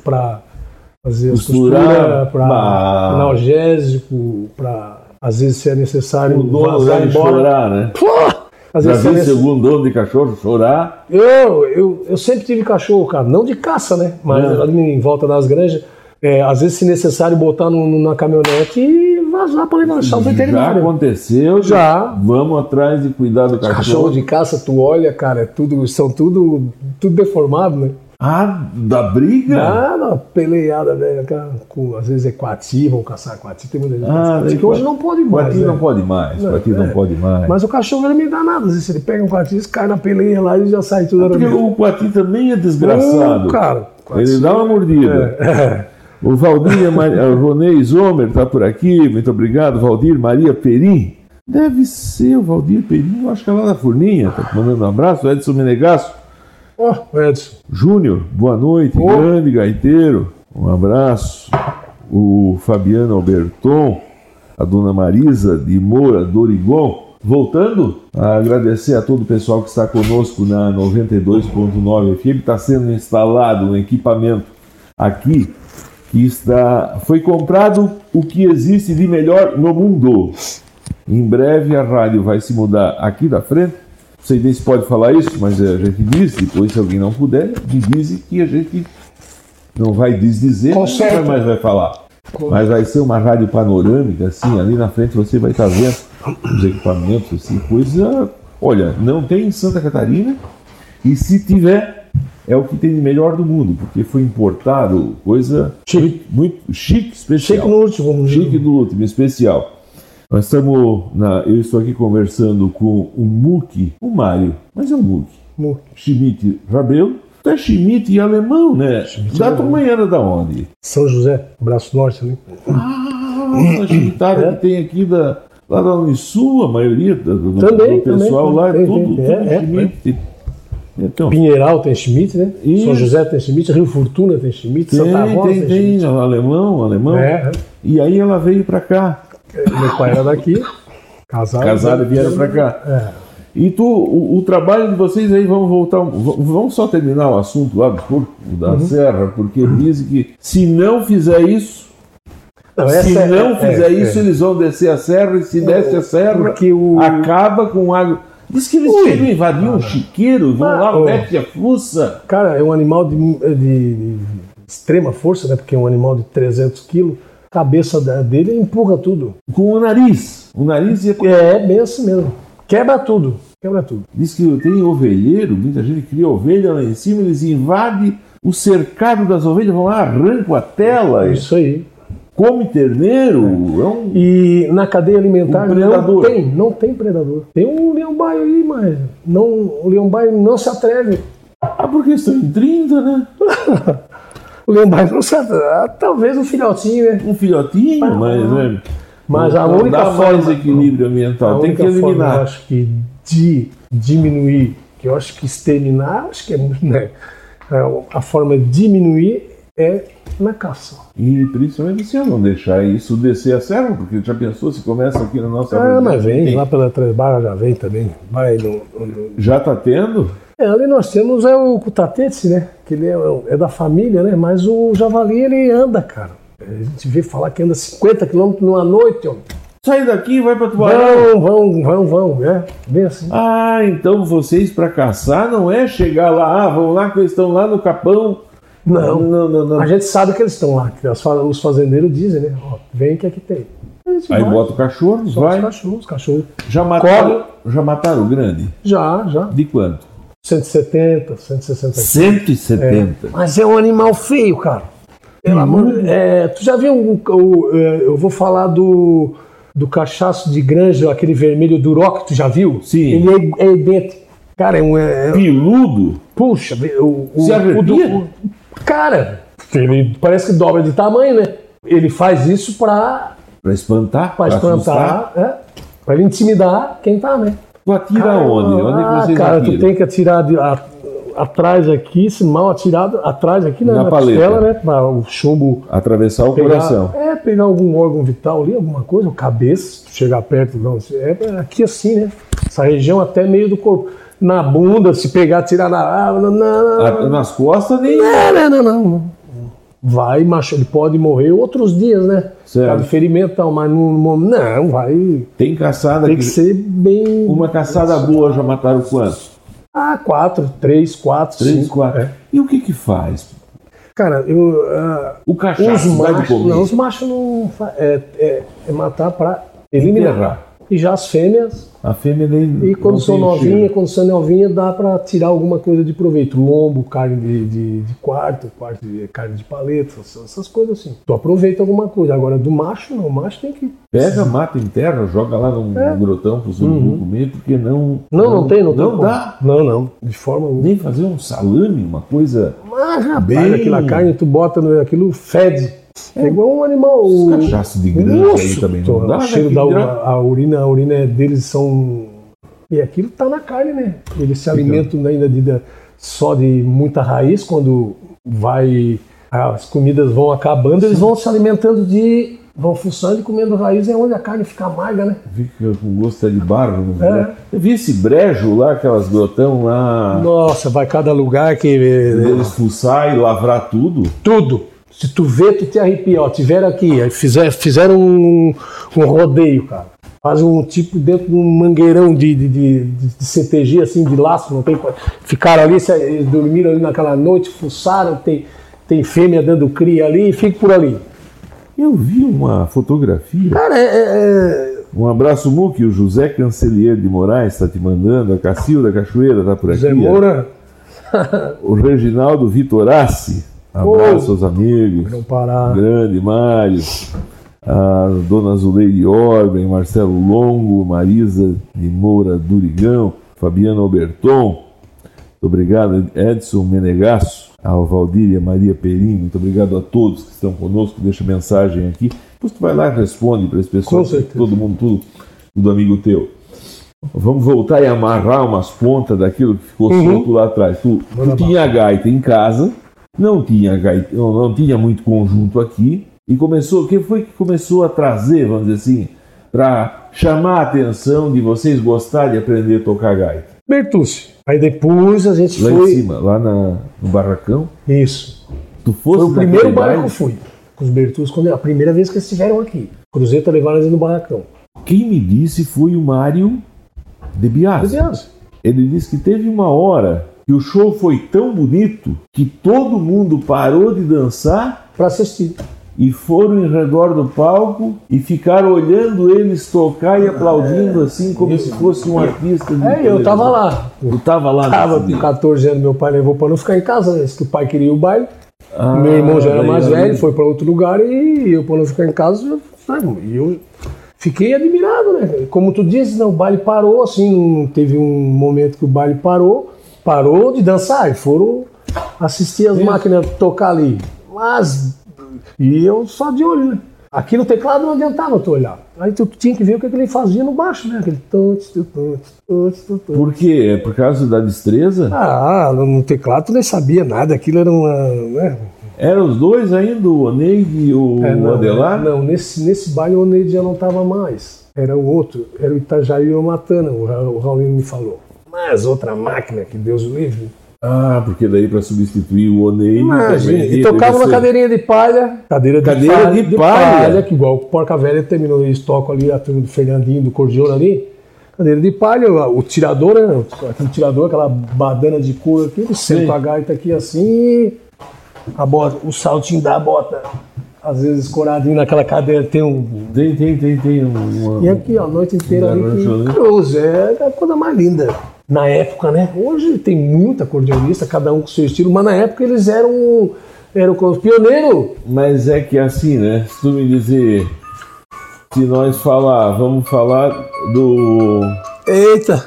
para fazer as Costurar, costuras, para bah. analgésico, para às vezes se é necessário O dono vazar deve embora. chorar, né? Pô! Às Já vezes se é viu necessário. segundo dono de cachorro chorar? Eu, eu, eu sempre tive cachorro, cara. Não de caça, né? Mas É. ali em volta das granjas. é, às vezes, se necessário, botar no, no- na caminhonete e vazar para levar o Já veterinário. aconteceu? Já. Vamos atrás de cuidar do cachorro. Cachorro de caça, tu olha, cara, é tudo, são tudo, tudo deformado, né? Ah, da briga? Ah, uma peleada, né? Aquela com- às vezes é coati, vão caçar coati, tem muita gente que Ah, caça coati, daí que hoje não pode mais. Coati né? não pode mais. Não, Coati é. não pode mais. Mas o cachorro ele me dá nada, às vezes ele pega um coati, cai na peleia lá e já sai tudo. Ah, Porque arrebentado. o Coati também é desgraçado. Ô, cara, coati- Ele dá uma mordida. É. O Valdir, Mar... o Ronei Zomer está por aqui, muito obrigado. Valdir Maria Perim. Deve ser o Valdir Perim, eu acho que é lá da Furninha. Tá mandando um abraço. Edson Menegasso Ó, Edson. Júnior, boa noite. Ô. Grande gaiteiro, um abraço. O Fabiano Alberton, a dona Marisa de Moura Dorigon. Voltando a agradecer a todo o pessoal que está conosco na 92.9 FM. Está sendo instalado um equipamento aqui que está foi comprado o que existe de melhor no mundo. Em breve a rádio vai se mudar aqui da frente. Não sei nem se pode falar isso, mas a gente diz, depois se alguém não puder, me dizem que a gente não vai desdizer, Conserta. nunca mais vai falar. Mas vai ser uma rádio panorâmica, assim, ali na frente você vai estar vendo os equipamentos, assim, coisa. Olha, não tem em Santa Catarina, e se tiver, é o que tem de melhor do mundo, porque foi importado coisa Chique. muito, muito chique, especial. Chique no último. Chique do último, especial. Nós estamos. na- eu estou aqui conversando com o Muki, o Mário, mas é o Muki. no- Schmidt Rabelo. Tu é Schmidt e alemão, né? da tua mãe era da onde? São José, Braço Norte né? ali. Ah, Uhum. a É. Schmidtada que tem aqui da, lá da Unisul, a maioria do, do- do Também, pessoal também, lá, tem, é tudo, tem, tudo é, é, Schmidt. Então, Pinheiral tem Schmidt, né? Isso. São José tem Schmidt, Rio Fortuna tem Schmidt, Santa tem, Rosa tem, tem, Schmidt. tem, alemão, alemão. É, E aí ela veio pra cá. meu pai era daqui, casado. Casaram e vieram pra cá. É. E tu, o, o trabalho de vocês aí, vamos voltar, um- v- vamos só terminar o assunto lá do porco da Uhum. serra, porque dizem que se não fizer isso, Não, se essa é- não é, fizer é. isso, eles vão descer a serra, e se desce a serra, porque o- acaba com água. Diz que eles Ui, querem invadir um chiqueiro, vão Ah, lá, ô. mete a fuça. Cara, é um animal de, de- de extrema força, né? Porque é um animal de 300 quilos. A cabeça da- dele empurra tudo. Com o nariz. O nariz ia. É bem assim mesmo. Quebra tudo. Quebra tudo. Diz que tem ovelheiro, muita gente cria ovelha lá em cima, eles invadem o cercado das ovelhas, vão lá, arrancam a tela. Isso aí. Come terneiro, é um É. E na cadeia Um alimentar não predador. tem, não tem predador. Tem um leão baio aí, mas não, o leão baio não se atreve. Ah, porque estão em 30, né? O leão baio não se atreve. Ah, Talvez um filhotinho, né? Um filhotinho, mas, né? Mas não, a não única dá mais forma- equilíbrio a ambiental, Então, tem única que forma, eu eliminar. acho que de diminuir, que eu acho que exterminar, acho que é, né? É, A forma de diminuir é na caça. E principalmente se eu não deixar isso descer a serra, porque já pensou se começa aqui na nossa. Ah, região, mas vem, tem- lá pela Três Barras já vem também. Vai no, no- Já tá tendo? É, ali nós temos é o cutatete, né? Que ele é, é da família, né? Mas o javali, ele anda, cara. A gente vê falar que anda 50 km numa noite, homem. Sai daqui e vai pra Tubarão. Vão, vão, vão, vão, né? Bem assim. Ah, então vocês pra caçar não é chegar lá, ah, vão lá que eles estão lá no capão. Não. não, não. não. A gente sabe que eles estão lá, que as fa- os fazendeiros dizem, né? Ó, vem que aqui tem. A gente Aí vai, bota o cachorro, só vai. Os cachorros, os cachorros. Já mataram, já mataram o grande. Já, já. De quanto? 170, 160 170. Mas é um animal feio, cara. Pelo amor de é, Tu já viu um, o- é, Eu vou falar do, do cachaço de granja, aquele vermelho Duroc, tu já viu? Sim. Ele é, é idêntico. Cara, é um. é- é- Piludo? puxa, o. o Se arrepia? o do- o- cara, ele parece que dobra de tamanho, né? Ele faz isso pra, Pra espantar? pra espantar, é, pra ele intimidar quem tá, né? Tu atira Cara, onde? Onde é ah, que vocês cara, atiram? tu tem que atirar de- a- atrás aqui, se mal atirado, atrás aqui né, Na na, paleta. costela, né? Pra o chumbo Atravessar o pegar- coração. É, pegar algum órgão vital ali, alguma coisa, o cabeça, se tu chegar perto, não. se- É aqui assim, né? Essa região até meio do corpo. na bunda, se pegar, tirar na. Ah, não, não, não. A- Nas costas nem. Não, não, não, não. Vai, macho, ele pode morrer outros dias, né? Certo. Por causa de ferimento e tal, mas não, não, não, vai. Tem caçada Tem que. que ser bem. Uma caçada boa já mataram quantos? Ah, quatro, três, quatro, Três, cinco. quatro. é. E o que que faz? Cara, eu. ah, O cachaço os vai de é machos. comer. Não, os machos não. fa- É, é- é matar pra eliminar. Enterrar. E já as fêmeas, A fêmea nem. e quando não são tem novinhas, cheiro. quando são novinhas, dá pra tirar alguma coisa de proveito. Lombo, carne de, de, de quarto, quarto de, carne de paleta, essas, essas coisas assim. Tu aproveita alguma coisa. Agora, do macho, não. O macho tem que Pega, mata em terra, joga lá num num grotão pro zumbi comer, porque não. É. Uhum. Não, não, tem, não, tem Não como. dá. Não, não, de forma alguma. Nem fazer um salame, uma coisa. Mas, rapaz, Bem- aquela carne, tu bota no, aquilo, fede. É igual um animal. Os o- cachaços de grande aí Nossa, também. tô- Não dá, o né? cheiro Que da vira- urina, a urina, a urina é deles são... E aquilo tá na carne, né? Eles se alimentam ainda de, da- só de muita raiz, quando vai... As comidas vão acabando, eles vão se alimentando de... Vão fuçando e comendo raiz, é onde a carne fica amarga, né? Fica com gosto de barro. não É. vira. Eu vi esse brejo lá, aquelas grotão lá. Nossa, vai cada lugar que... eh, Eles fuçar e lavrar tudo. Tudo. Se tu vê, tu te arrepia. Ó, tiveram aqui, aí fizer- fizeram um, um rodeio, cara. Faz um tipo dentro de um mangueirão de, de, de, de- de CTG, assim, de laço, não tem. co- Ficaram ali, se- eles dormiram ali naquela noite, fuçaram, tem, tem fêmea dando cria ali e fica por ali. Eu vi uma fotografia. Cara, é. é- é- Um abraço, Muque. O José Cancelier de Moraes está te mandando. A Cacilda Cachoeira está por aqui. Zé Moura, O Reginaldo Vitorassi. Abraço aos amigos. não parar. Grande Mário. A dona Zuleide Orben, Marcelo Longo, Marisa de Moura Durigão, Fabiano Alberton. Muito obrigado, Edson Menegasso, ao Valdir e a Maria Perim. Muito obrigado a todos que estão conosco. Deixa mensagem aqui. Depois tu vai lá e responde para as pessoas. Com certeza. Todo mundo, tudo, tudo amigo teu. Vamos voltar e amarrar umas pontas daquilo que ficou Uhum. solto lá atrás. Tu, tu tinha gaita em casa, não tinha gaita, não, não tinha muito conjunto aqui, e começou, quem foi que começou a trazer, vamos dizer assim, para chamar a atenção de vocês gostarem de aprender a tocar gaita? Bertucci. Aí depois a gente Lá em foi. cima, lá na- no barracão. Isso. Tu fosse Foi o naquele primeiro bairro que eu baile? fui. Com os Bertucci, quando é a primeira vez que eles estiveram aqui. Cruzeta levaram eles no barracão. Quem me disse foi o Mário de Biasi. 12 anos. Ele disse que teve uma hora que o show foi tão bonito que todo mundo parou de dançar Pra assistir. e foram em redor do palco e ficaram olhando eles tocar e aplaudindo assim como se fosse um artista. de É, eu televisão. tava lá. Tu tava lá. Tava nesse com dia. 14 anos, meu pai levou pra não ficar em casa, né? disse que o pai queria o baile. Ah, meu irmão já era daí mais ali. velho, foi pra outro lugar e eu pra não ficar em casa, eu- sabe? E eu fiquei admirado, né? Como tu disse, né? o baile parou, assim, um- teve um momento que o baile parou, parou de dançar e foram assistir as máquinas tocar ali. Mas e eu só de olho, né? Aqui no teclado não adiantava tu olhar. Aí tu tinha que ver o que, que ele fazia no baixo, né? Aquele tuts, tuts, tuts, tuts, tuts. Por quê? É por causa da destreza? Ah, no teclado tu nem sabia nada, aquilo era uma. Né? Eram os dois ainda, o Oneide e o É, não, Adelar? Não, nesse, nesse baile o Oneide já não estava mais. Era o outro, era o Itajaí ou Matana, o, Ra- o Raulino me falou. Mas outra máquina, que Deus o livre. Ah, porque daí para substituir o Oneide. Imagina, também e teve tocava na esse- cadeirinha de palha. Cadeira de é Cadeira palha. de palha. que igual o Porca Velha terminou, eles tocam ali a turma do Fernandinho, do Cordiona ali. Cadeira de palha, o o tirador, né? Aquele tirador, aquela badana de couro aqui, ele senta a gaita aqui assim e a bota, o saltinho da bota. Às vezes coradinho naquela cadeira tem um. Tem, tem, tem, tem. um- Uma... E é- aqui, ó, a noite inteira ali Garrancho, né? que cruz, é a coisa mais linda. Na época, né? Hoje tem muita acordeonista, cada um com seu estilo, mas na época eles eram, eram os pioneiros. Mas é que assim, né? Se tu me dizer se nós falar, vamos falar do Eita!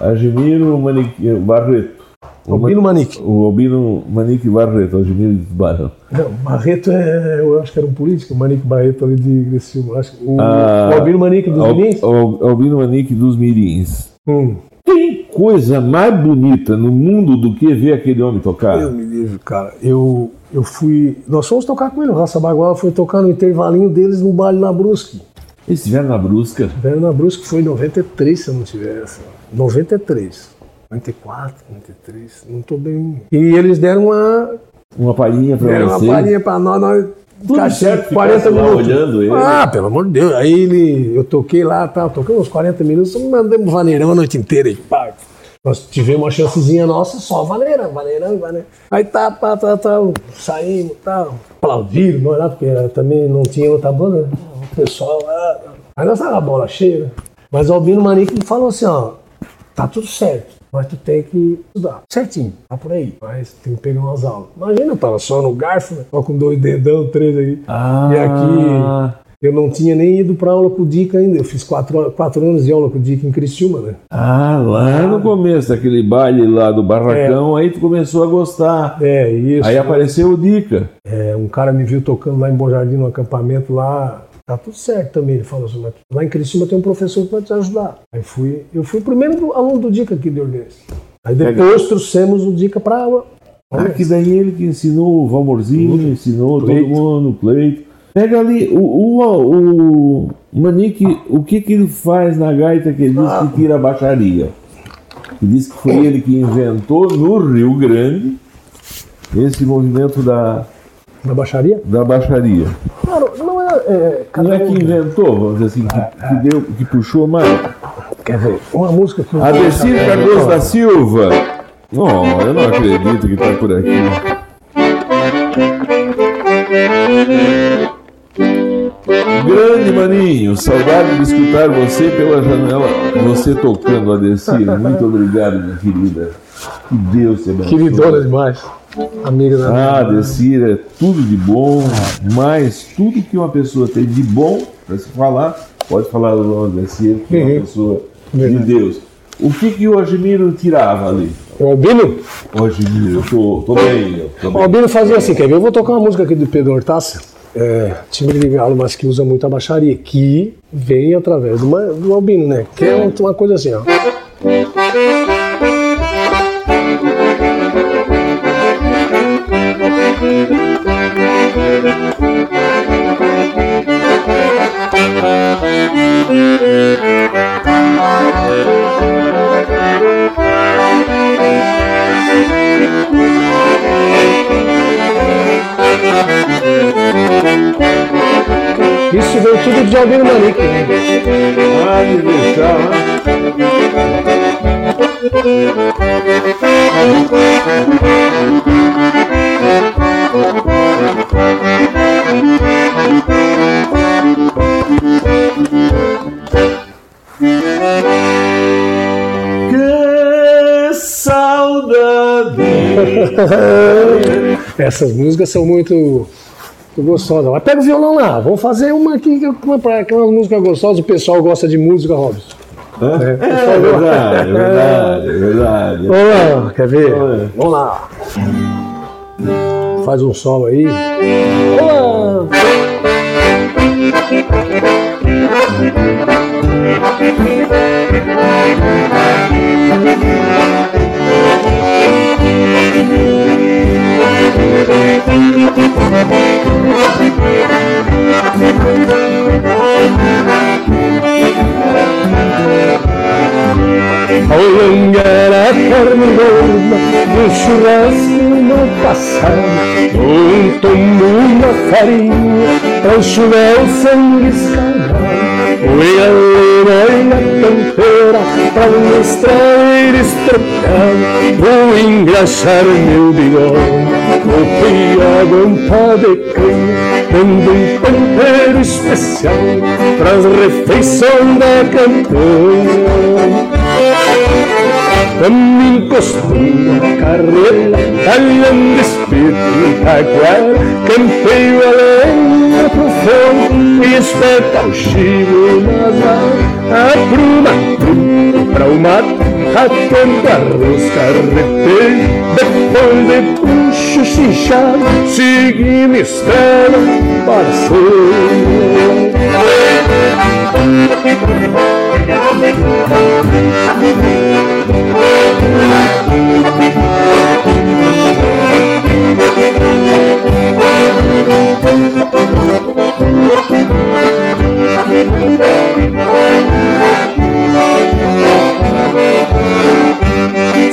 Agimiro Manique, Barreto. O, Albino Ma- Manique. o Albino Manique Barreto, Agimiro de Barão. Não, Barreto é. Eu acho que era um político, o Manique Barreto ali de Criciúma. Acho, que o, Ah, o Albino Manique dos Al- Vinins. Al- Albino Manique dos Mirins. Hum, Tem coisa mais bonita no mundo do que ver aquele homem tocar. eu me livro, cara. Eu, eu fui. Nós fomos tocar com ele, o Raça Baguala foi tocar no intervalinho deles no baile na Brusque. Eles estiveram na Brusca. Vieram na Brusque foi em 93, se eu não tiver essa. 93. 94, 93, não tô bem. E eles deram uma, Uma palhinha pra deram uma você. palhinha pra nós, nós Tudo cacete, certo, ficar lá olhando ele. Ah, pelo amor de Deus. Aí ele, eu toquei lá, tal, toquei uns 40 minutos, mandamos vaneirão a noite inteira. E pá, nós tivemos uma chancezinha nossa, só vaneirão, vaneirão, vaneirão. Aí tá, pá, tá, tal, saímos, tal, aplaudiram, nós lá, porque era- também não tinha outra banda, né? o pessoal lá. Aí nós tava a bola cheia, né? Mas o Albino Manique falou assim, ó, tá tudo certo, mas tu tem que estudar certinho, tá por aí, mas tem que pegar umas aulas. Imagina, eu tava só no garfo, né? só com dois dedão, três aí. Ah. E aqui eu não tinha nem ido pra aula com o Dica ainda, eu fiz quatro, hora- quatro anos de aula com o Dica em Criciúma, né? Ah, lá no começo daquele baile lá do barracão, aí tu começou a gostar. É, isso. Aí apareceu o Dica. É, um cara me viu tocando lá em Bom Jardim, no acampamento lá. Tá tudo certo também, ele falou assim, mas lá em Criciúma tem um professor que vai te ajudar. Aí fui, eu fui o primeiro aluno do Dica aqui de Ordense. Aí depois trouxemos o Dica pra aula. Ah, que daí ele que ensinou o Valmorzinho, ensinou Cleito. todo mundo, o Cleito. Pega ali, o, o, o Manique, o que que ele faz na gaita que ele diz que tira a baixaria? Que diz que foi ele que inventou no Rio Grande esse movimento da, Na baixaria? da baixaria. Claro, não é. é, cada Não é um- que inventou, vamos dizer assim, que, que deu, que puxou mais. Quer ver? Uma música que eu A Decir Cardoso da Silva. Não, eu não acredito que tá por aqui. Grande maninho, saudade de escutar você pela janela, você tocando a Decir. Muito obrigado, minha querida. Que Deus te abençoe. Queridona demais. Amiga da. né? Ah, Decir, é tudo de bom, mas tudo que uma pessoa tem de bom para se falar, pode falar do nome Decir, que é Uhum. uma pessoa Verdade. de Deus. O que, que o Agimiro tirava ali? É O Albino? Ô, Agimiro, eu tô, tô bem, eu tô O bem. Albino fazia assim, quer ver? Eu vou tocar uma música aqui do Pedro Hortácia. É, timbre de galo, mas que usa muito a baixaria, que vem através do, ma- do Albino, né? Que é um- uma coisa assim, ó. Isso veio tudo de Albino Manique. né? Ah, de deixar, né? Que saudade! Essas músicas são muito, muito gostosas. Mas pega o violão lá, vamos fazer uma aqui, que é uma, pra- que é uma música gostosa. O pessoal gosta de música, Robson. É, é verdade, é verdade, é verdade. Vamos lá, quer ver? Vamos lá. Vamos lá. Faz um solo aí. Vamos lá. Ao longar a carne gorda do churrasco no passado Um tombo, uma farinha, pra enxugar o sangue escaldado Foi a leira e a campeira, pra mostrar eles trocar Vou engraxar meu bigode, vou criar guampa de canha Dando um tempero especial, pras refeições da campanha Caminho costura, carreira, talhando espírito, taquara, campeio a lenha pro fogo e espeta o chivo nas Apruma tudo pra o mato, atendo arroz, carreteiro, depois de puxo chinchado, seguindo estrela, parceiro. Thank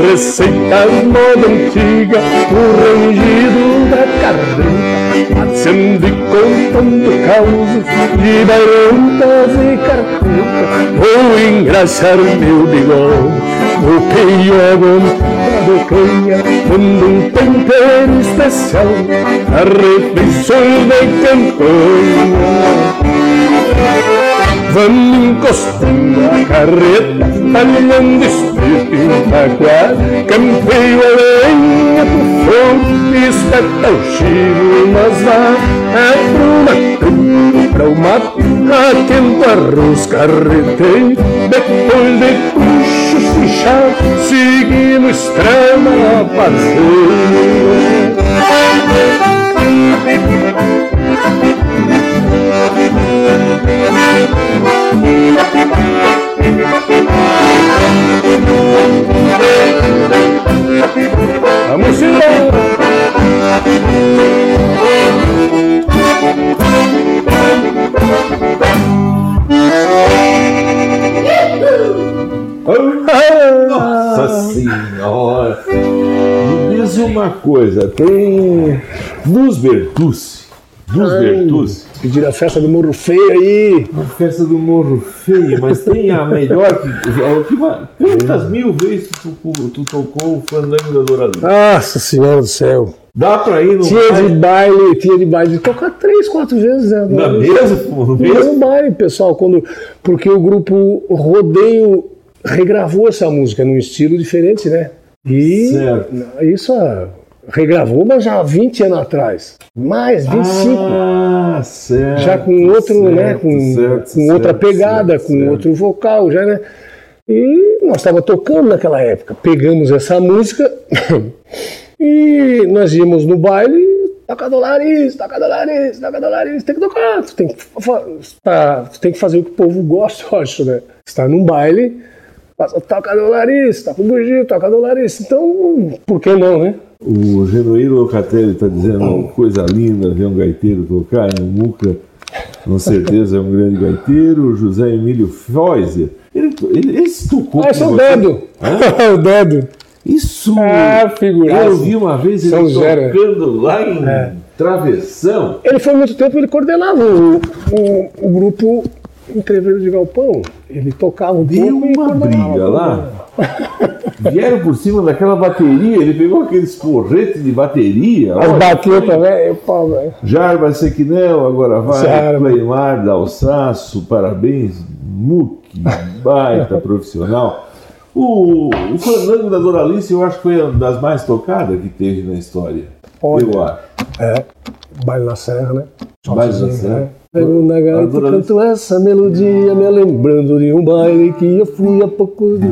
receitas moda antiga, o rangido da carreta, fazendo e contando causos de bailantas e cartetas. Vou engraçar meu bigode, o peiogo bocanha Quando um tempero especial A refeição de campanha Vamos encostando a carreta Talhando espírito em taquar Campeio a lenha pro fogo Espeta o chilo nas varas É pro matão, pra o mato Atento arroz carreteiro Depois de puxar braços fechados, seguimos estrela parceiro. Vamos embora. Nossa senhora! Me diz uma coisa, tem. Luz Bertucci. Luz Bertucci. Pediram a festa do Morro Feio aí. Uma festa do Morro Feio, mas tem a melhor. que- a que va- É. Quantas mil vezes tu, tu- tu tocou o Fandango da Douradura? Nossa Senhora do Céu. Dá pra ir no Tinha de baile, tinha de baile. Tocar três, quatro vezes, né? na mesa, pô, no Mesmo mesmo? baile, pessoal, quando porque o grupo Rodeio regravou essa música num estilo diferente, né? E Certo. isso ah, regravou, mas já há 20 anos atrás. Mais 25. Ah, certo. já com outro, certo, né, com, certo, com certo, outra pegada, certo, com certo. outro vocal, já, né? E nós estávamos tocando naquela época. Pegamos essa música (coughs) e nós íamos no baile. Taca dolares, taca dolares, taca dolares. Tem que tocar, tu tem que, fa- tá, tu tem que fazer o que o povo gosta, eu acho, né? Está num baile, passa, taca dolares, taca tá o bugio, taca dolares. Então, por que não, né? O Genuíno Locatelli está dizendo coisa linda ver um gaiteiro tocar no Muca. Com certeza é um grande gaiteiro. O José Emílio Feuser. Ele, ele, esse tocou. Ah, esse é com o você? dedo! (laughs) o dedo! Isso! Ah, figuraça. Eu vi uma vez ele São né? É. Zero. tocando lá em Travessão. Ele foi muito tempo, ele coordenava o, o- o grupo Entreveiro de Galpão. Ele tocava um Deu pouco e uma coordenava. briga lá. (laughs) Vieram por cima daquela bateria. Ele pegou aquele esporrete de bateria. As olha, baquetas, velho, pau, velho. Jarba Sequinel, agora vai. Jarba. Cleimar da Alsaço, parabéns. Muc, (laughs) baita profissional. O, o Fandango da Doralice eu acho que foi uma das mais tocadas que teve na história. Olha. Eu acho. É, baile na serra, né? Mais assim, né? Pego na gaita e Adorando. canto essa melodia, me lembrando de um baile que eu fui há pouco dia.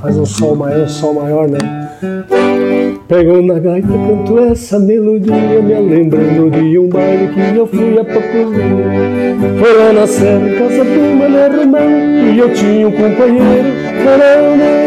Faz um sol maior, um sol maior, né? Pego na gaita, canto essa melodia, me lembrando de um baile que eu fui há pouco dia. Foi lá na serra, em casa do Mané Romão, e eu tinha um companheiro, Fernando.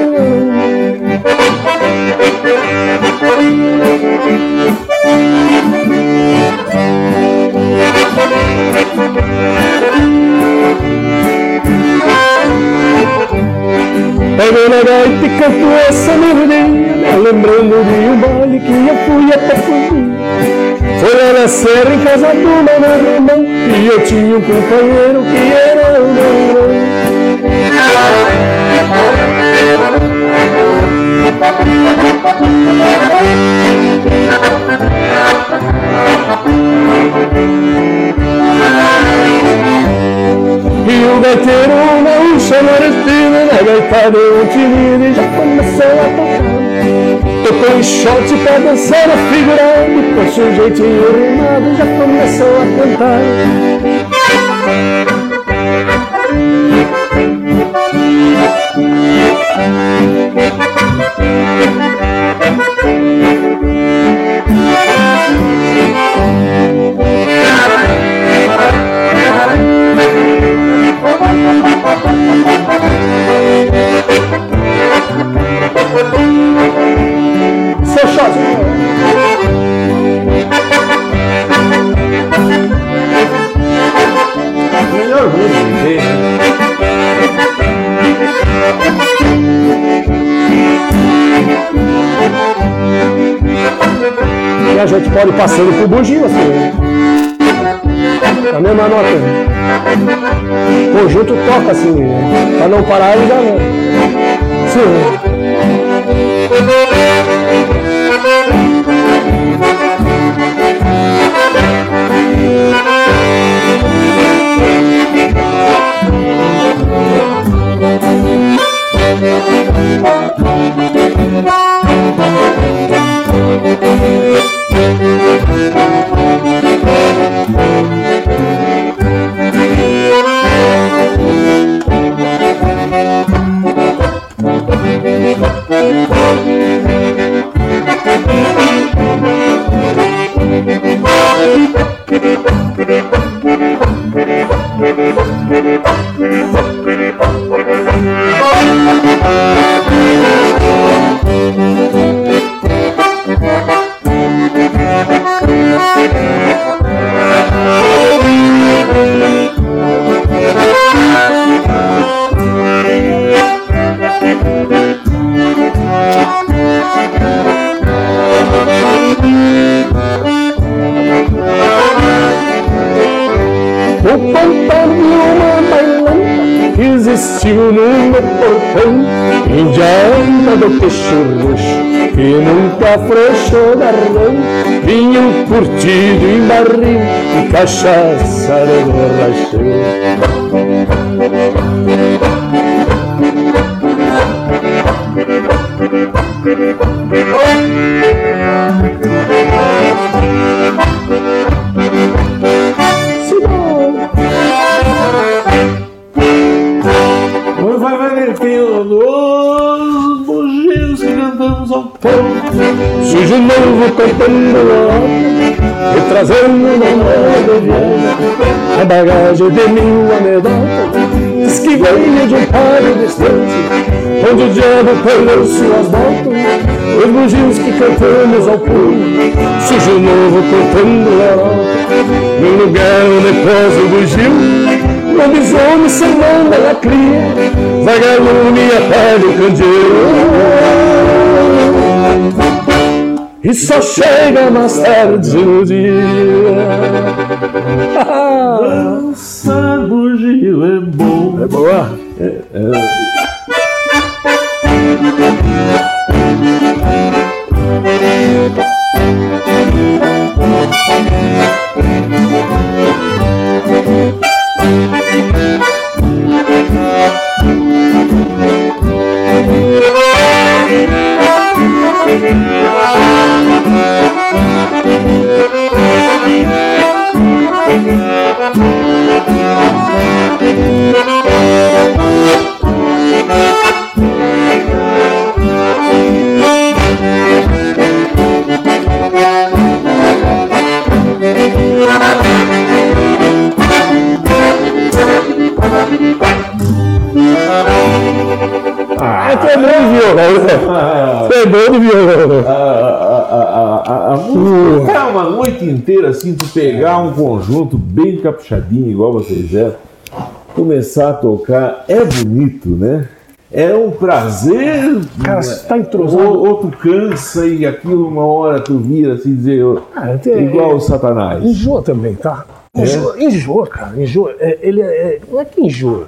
Pego na gaita e canto essa melodia me Lembrando de um baile que eu fui até fugir Foi lá na serra em casa do meu irmão E eu tinha um companheiro que era um o meu irmão E o gaiteiro não chama respira Na gaita deu um tiro e já começou a tocar Tocou em short pra dançar a figura Depois o jeitinho rimado já começou a cantar Seu Chosé. a gente pode ir passando por bugio, assim. né? Na mesma nota. O conjunto toca assim, né? pra não parar ele já. né? Sim. né? O pontão de uma bailanta existiu no meu portão, indiana do peixe roxo, que nunca afrouxou da rã. Vinho curtido em barril e cachaça de borracheiro. Quando vai varretendo os bugios que cantamos ao povo. Sujo novo cantando a e trazendo uma moda viagem, a bagagem de mil anedotas, diz que veio de um raio distante, onde o diabo perdeu suas botas, os bugios que cantamos ao povo, sujo novo cantando a no lugar onde pôs o bugio, lobisomem se manda na cria, vagalume apaga o candeeiro. E só chega mais tarde no dia. Dança bugio é bom. É boa. Ah, Você é bom de violão, né? ah, Você é bom de violão. ah, ah, ah, ah, ah, a música. Cara, uma noite inteira assim, tu pegar um conjunto bem caprichadinho, igual vocês eram, começar a tocar, é bonito, né? É um prazer. né? Cara, você tá entrosado. ou, ou tu cansa e aquilo uma hora tu vira assim dizer eu- Ah, tem- igual o Satanás. Enjoa também, tá? Enjoa, enjoa cara. Enjoa. É, ele é, é- não é que enjoa.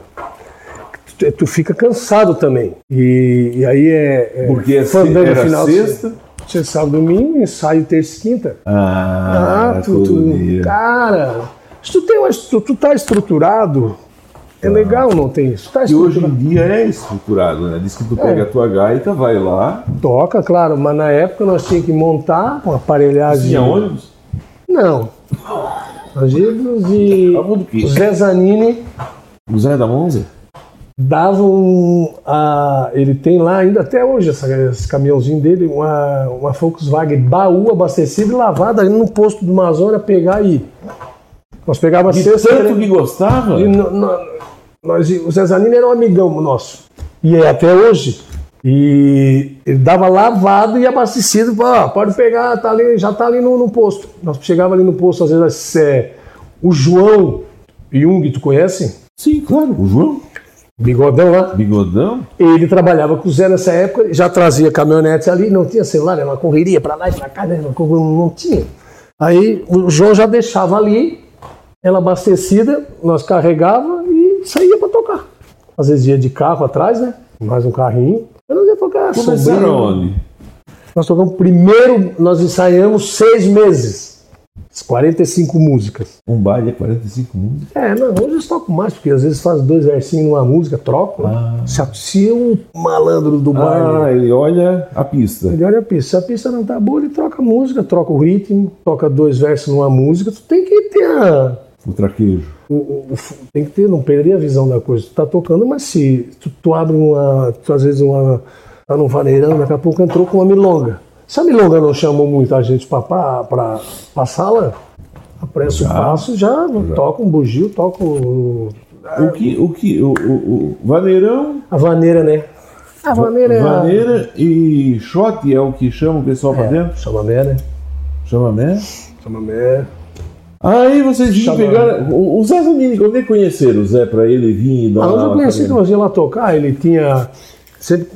Tu, tu fica cansado também. E, e aí é. é Porque é se- fandango era de- sexta? Sexta, sábado, domingo, ensaio terça e quinta. Ah, Ah, tu, tu- cara. Se tu, tem, se tu, tu tá estruturado, é Tá. legal não tem isso. Tá Que hoje estruturado. em dia é estruturado, né? Diz que tu pega É. a tua gaita, vai lá, Toca, claro, mas na época nós tínhamos que montar uma aparelhagem. tinha ônibus. Não. Nós íamos e Tá bom do quê? o Zé Zanini O Zé da Monza? dava um. a- ele tem lá ainda até hoje essa- esse caminhãozinho dele, uma, uma Volkswagen baú abastecida e lavada ali no posto do Amazônia pegar e. ir. Nós pegávamos De sexta. né? tanto tre- que gostava? E no- no- nós, o Zezanino era um amigão nosso. E é até hoje. E ele dava lavado e abastecido. falava, "Ah, pode pegar, tá ali, já tá ali no, no posto. Nós chegava ali no posto, às vezes, às- é, o João Jung, tu conhece? Sim, claro. O João? Bigodão lá. Bigodão? Ele trabalhava com o Zé nessa época, já trazia caminhonetes ali, não tinha celular, era uma correria para lá e para cá, né? Uma cor- não tinha. Aí o João já deixava ali, ela abastecida, nós carregava e saía para tocar. Às vezes ia de carro atrás, né? Mais um carrinho. Eu não ia tocar. Começaram sombrinho. onde? Nós tocamos primeiro, nós ensaiamos seis meses. 45 músicas. Um baile é 45 músicas. É, não, hoje eu toco mais, porque às vezes faz dois versinhos numa música, troco. né? Se, a- se o malandro do baile. Ah, ele olha a pista. Ele olha é a pista. Se a pista não tá boa, ele troca a música, troca o ritmo, toca dois versos numa música. Tu tem que ter a. O traquejo. o- o- o f- tem que ter, não perder a visão da coisa. Tu tá tocando, mas se tu, tu abre uma. Tu, às vezes uma. Tá num vaneirão, daqui a pouco entrou com uma milonga. Se a milonga não chamou muita gente pra, pra, pra, pra sala, apressa o passo, já, toca um bugio, toca o. O que, o que, o, o, o Vaneirão, A vaneira, né? A vaneira é. a- Vaneira e Shot é o que chama o pessoal pra É, dentro? chamamé, né? Chama mesmo? Chamamé. Aí vocês vinham Chamando. pegar. O, o Zé Zanini, quando é conhecer o Zé pra ele vir e dar Ah, eu uma já aula conheci que pra ele? nós ia lá tocar, ele tinha sempre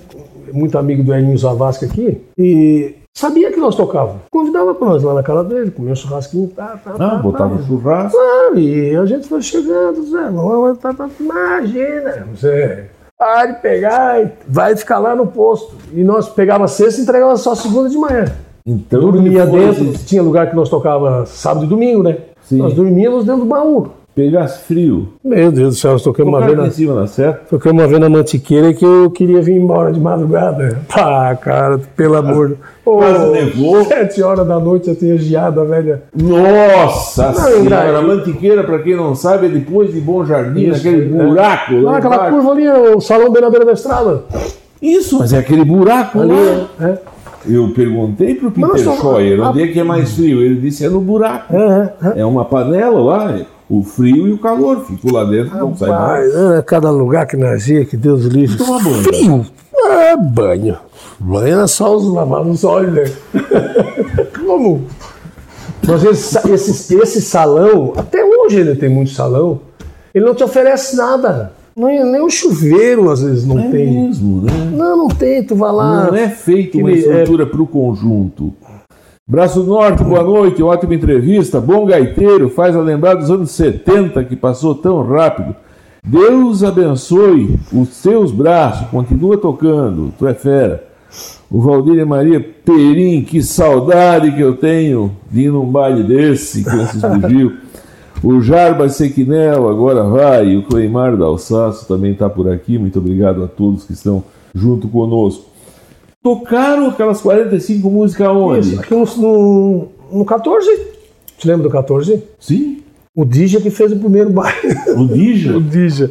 muito amigo do Elinho Zavasca aqui, e sabia que nós tocávamos. Convidava pra nós lá na casa dele, comia um churrasquinho, tá, tá, tá, Ah, botava tá. churrasco. Claro, e a gente foi chegando, Zé, não, tá, tá, imagina, Zé, para de pegar e vai ficar lá no posto. E nós pegava sexta e entregava só segunda de manhã. Então Dormia ele foi dentro, se tinha lugar que nós tocava sábado e domingo, né? Sim. Nós dormíamos dentro do baú. Pegasse frio. Meu Deus do céu, nós tocamos uma Uma vez na... em cima tá da seta. Toquei uma vez na Mantiqueira que eu queria vir embora de madrugada. Ah, cara, pelo amor de Ô, Quase nevou. Sete horas da noite eu tinha geado a velha. Nossa Não, ainda- senhora! A mantiqueira, pra quem não sabe, é depois de Bom Jardim, Isso, aquele é. buraco. Ah, lá aquela embaixo. curva ali, o salão bem na beira da estrada. Isso, mas é aquele buraco Ali, lá. é. Eu perguntei pro Peter Mas só- Scheuer a- onde é que é mais frio. Ele disse é no buraco. É, é, é. É uma panela lá, é o frio e o calor. Fico lá dentro, não sai mais. Então, um Mas, é, cada lugar que nós ia, que Deus livre. Toma banho. Frio. Ah, banho. Banho era só os lavar os olhos, né? (laughs) Como? Mas esse, esse, esse salão, até hoje ele tem muito salão, ele não te oferece nada. Nem, nem um chuveiro às vezes não É tem. mesmo, né? Não, não tem, tu vai lá. Não é feita uma ele- estrutura para o conjunto. Braço Norte, boa noite, ótima entrevista. Bom gaiteiro, faz a lembrar dos anos 70 que passou tão rápido. Deus abençoe os seus braços, continua tocando, tu é fera. O Valdir e Maria Perim, que saudade que eu tenho de ir num baile desse, que esses bugios. O Jarbas Sequinel agora vai, e o Cleimar da Alsácio também está por aqui. Muito obrigado a todos que estão junto conosco. Tocaram aquelas 45 músicas onde? Isso, aqui no, no, no 14. Te lembra do 14? Sim, O Dija que fez o primeiro baile. (laughs) o Dija. O Dija.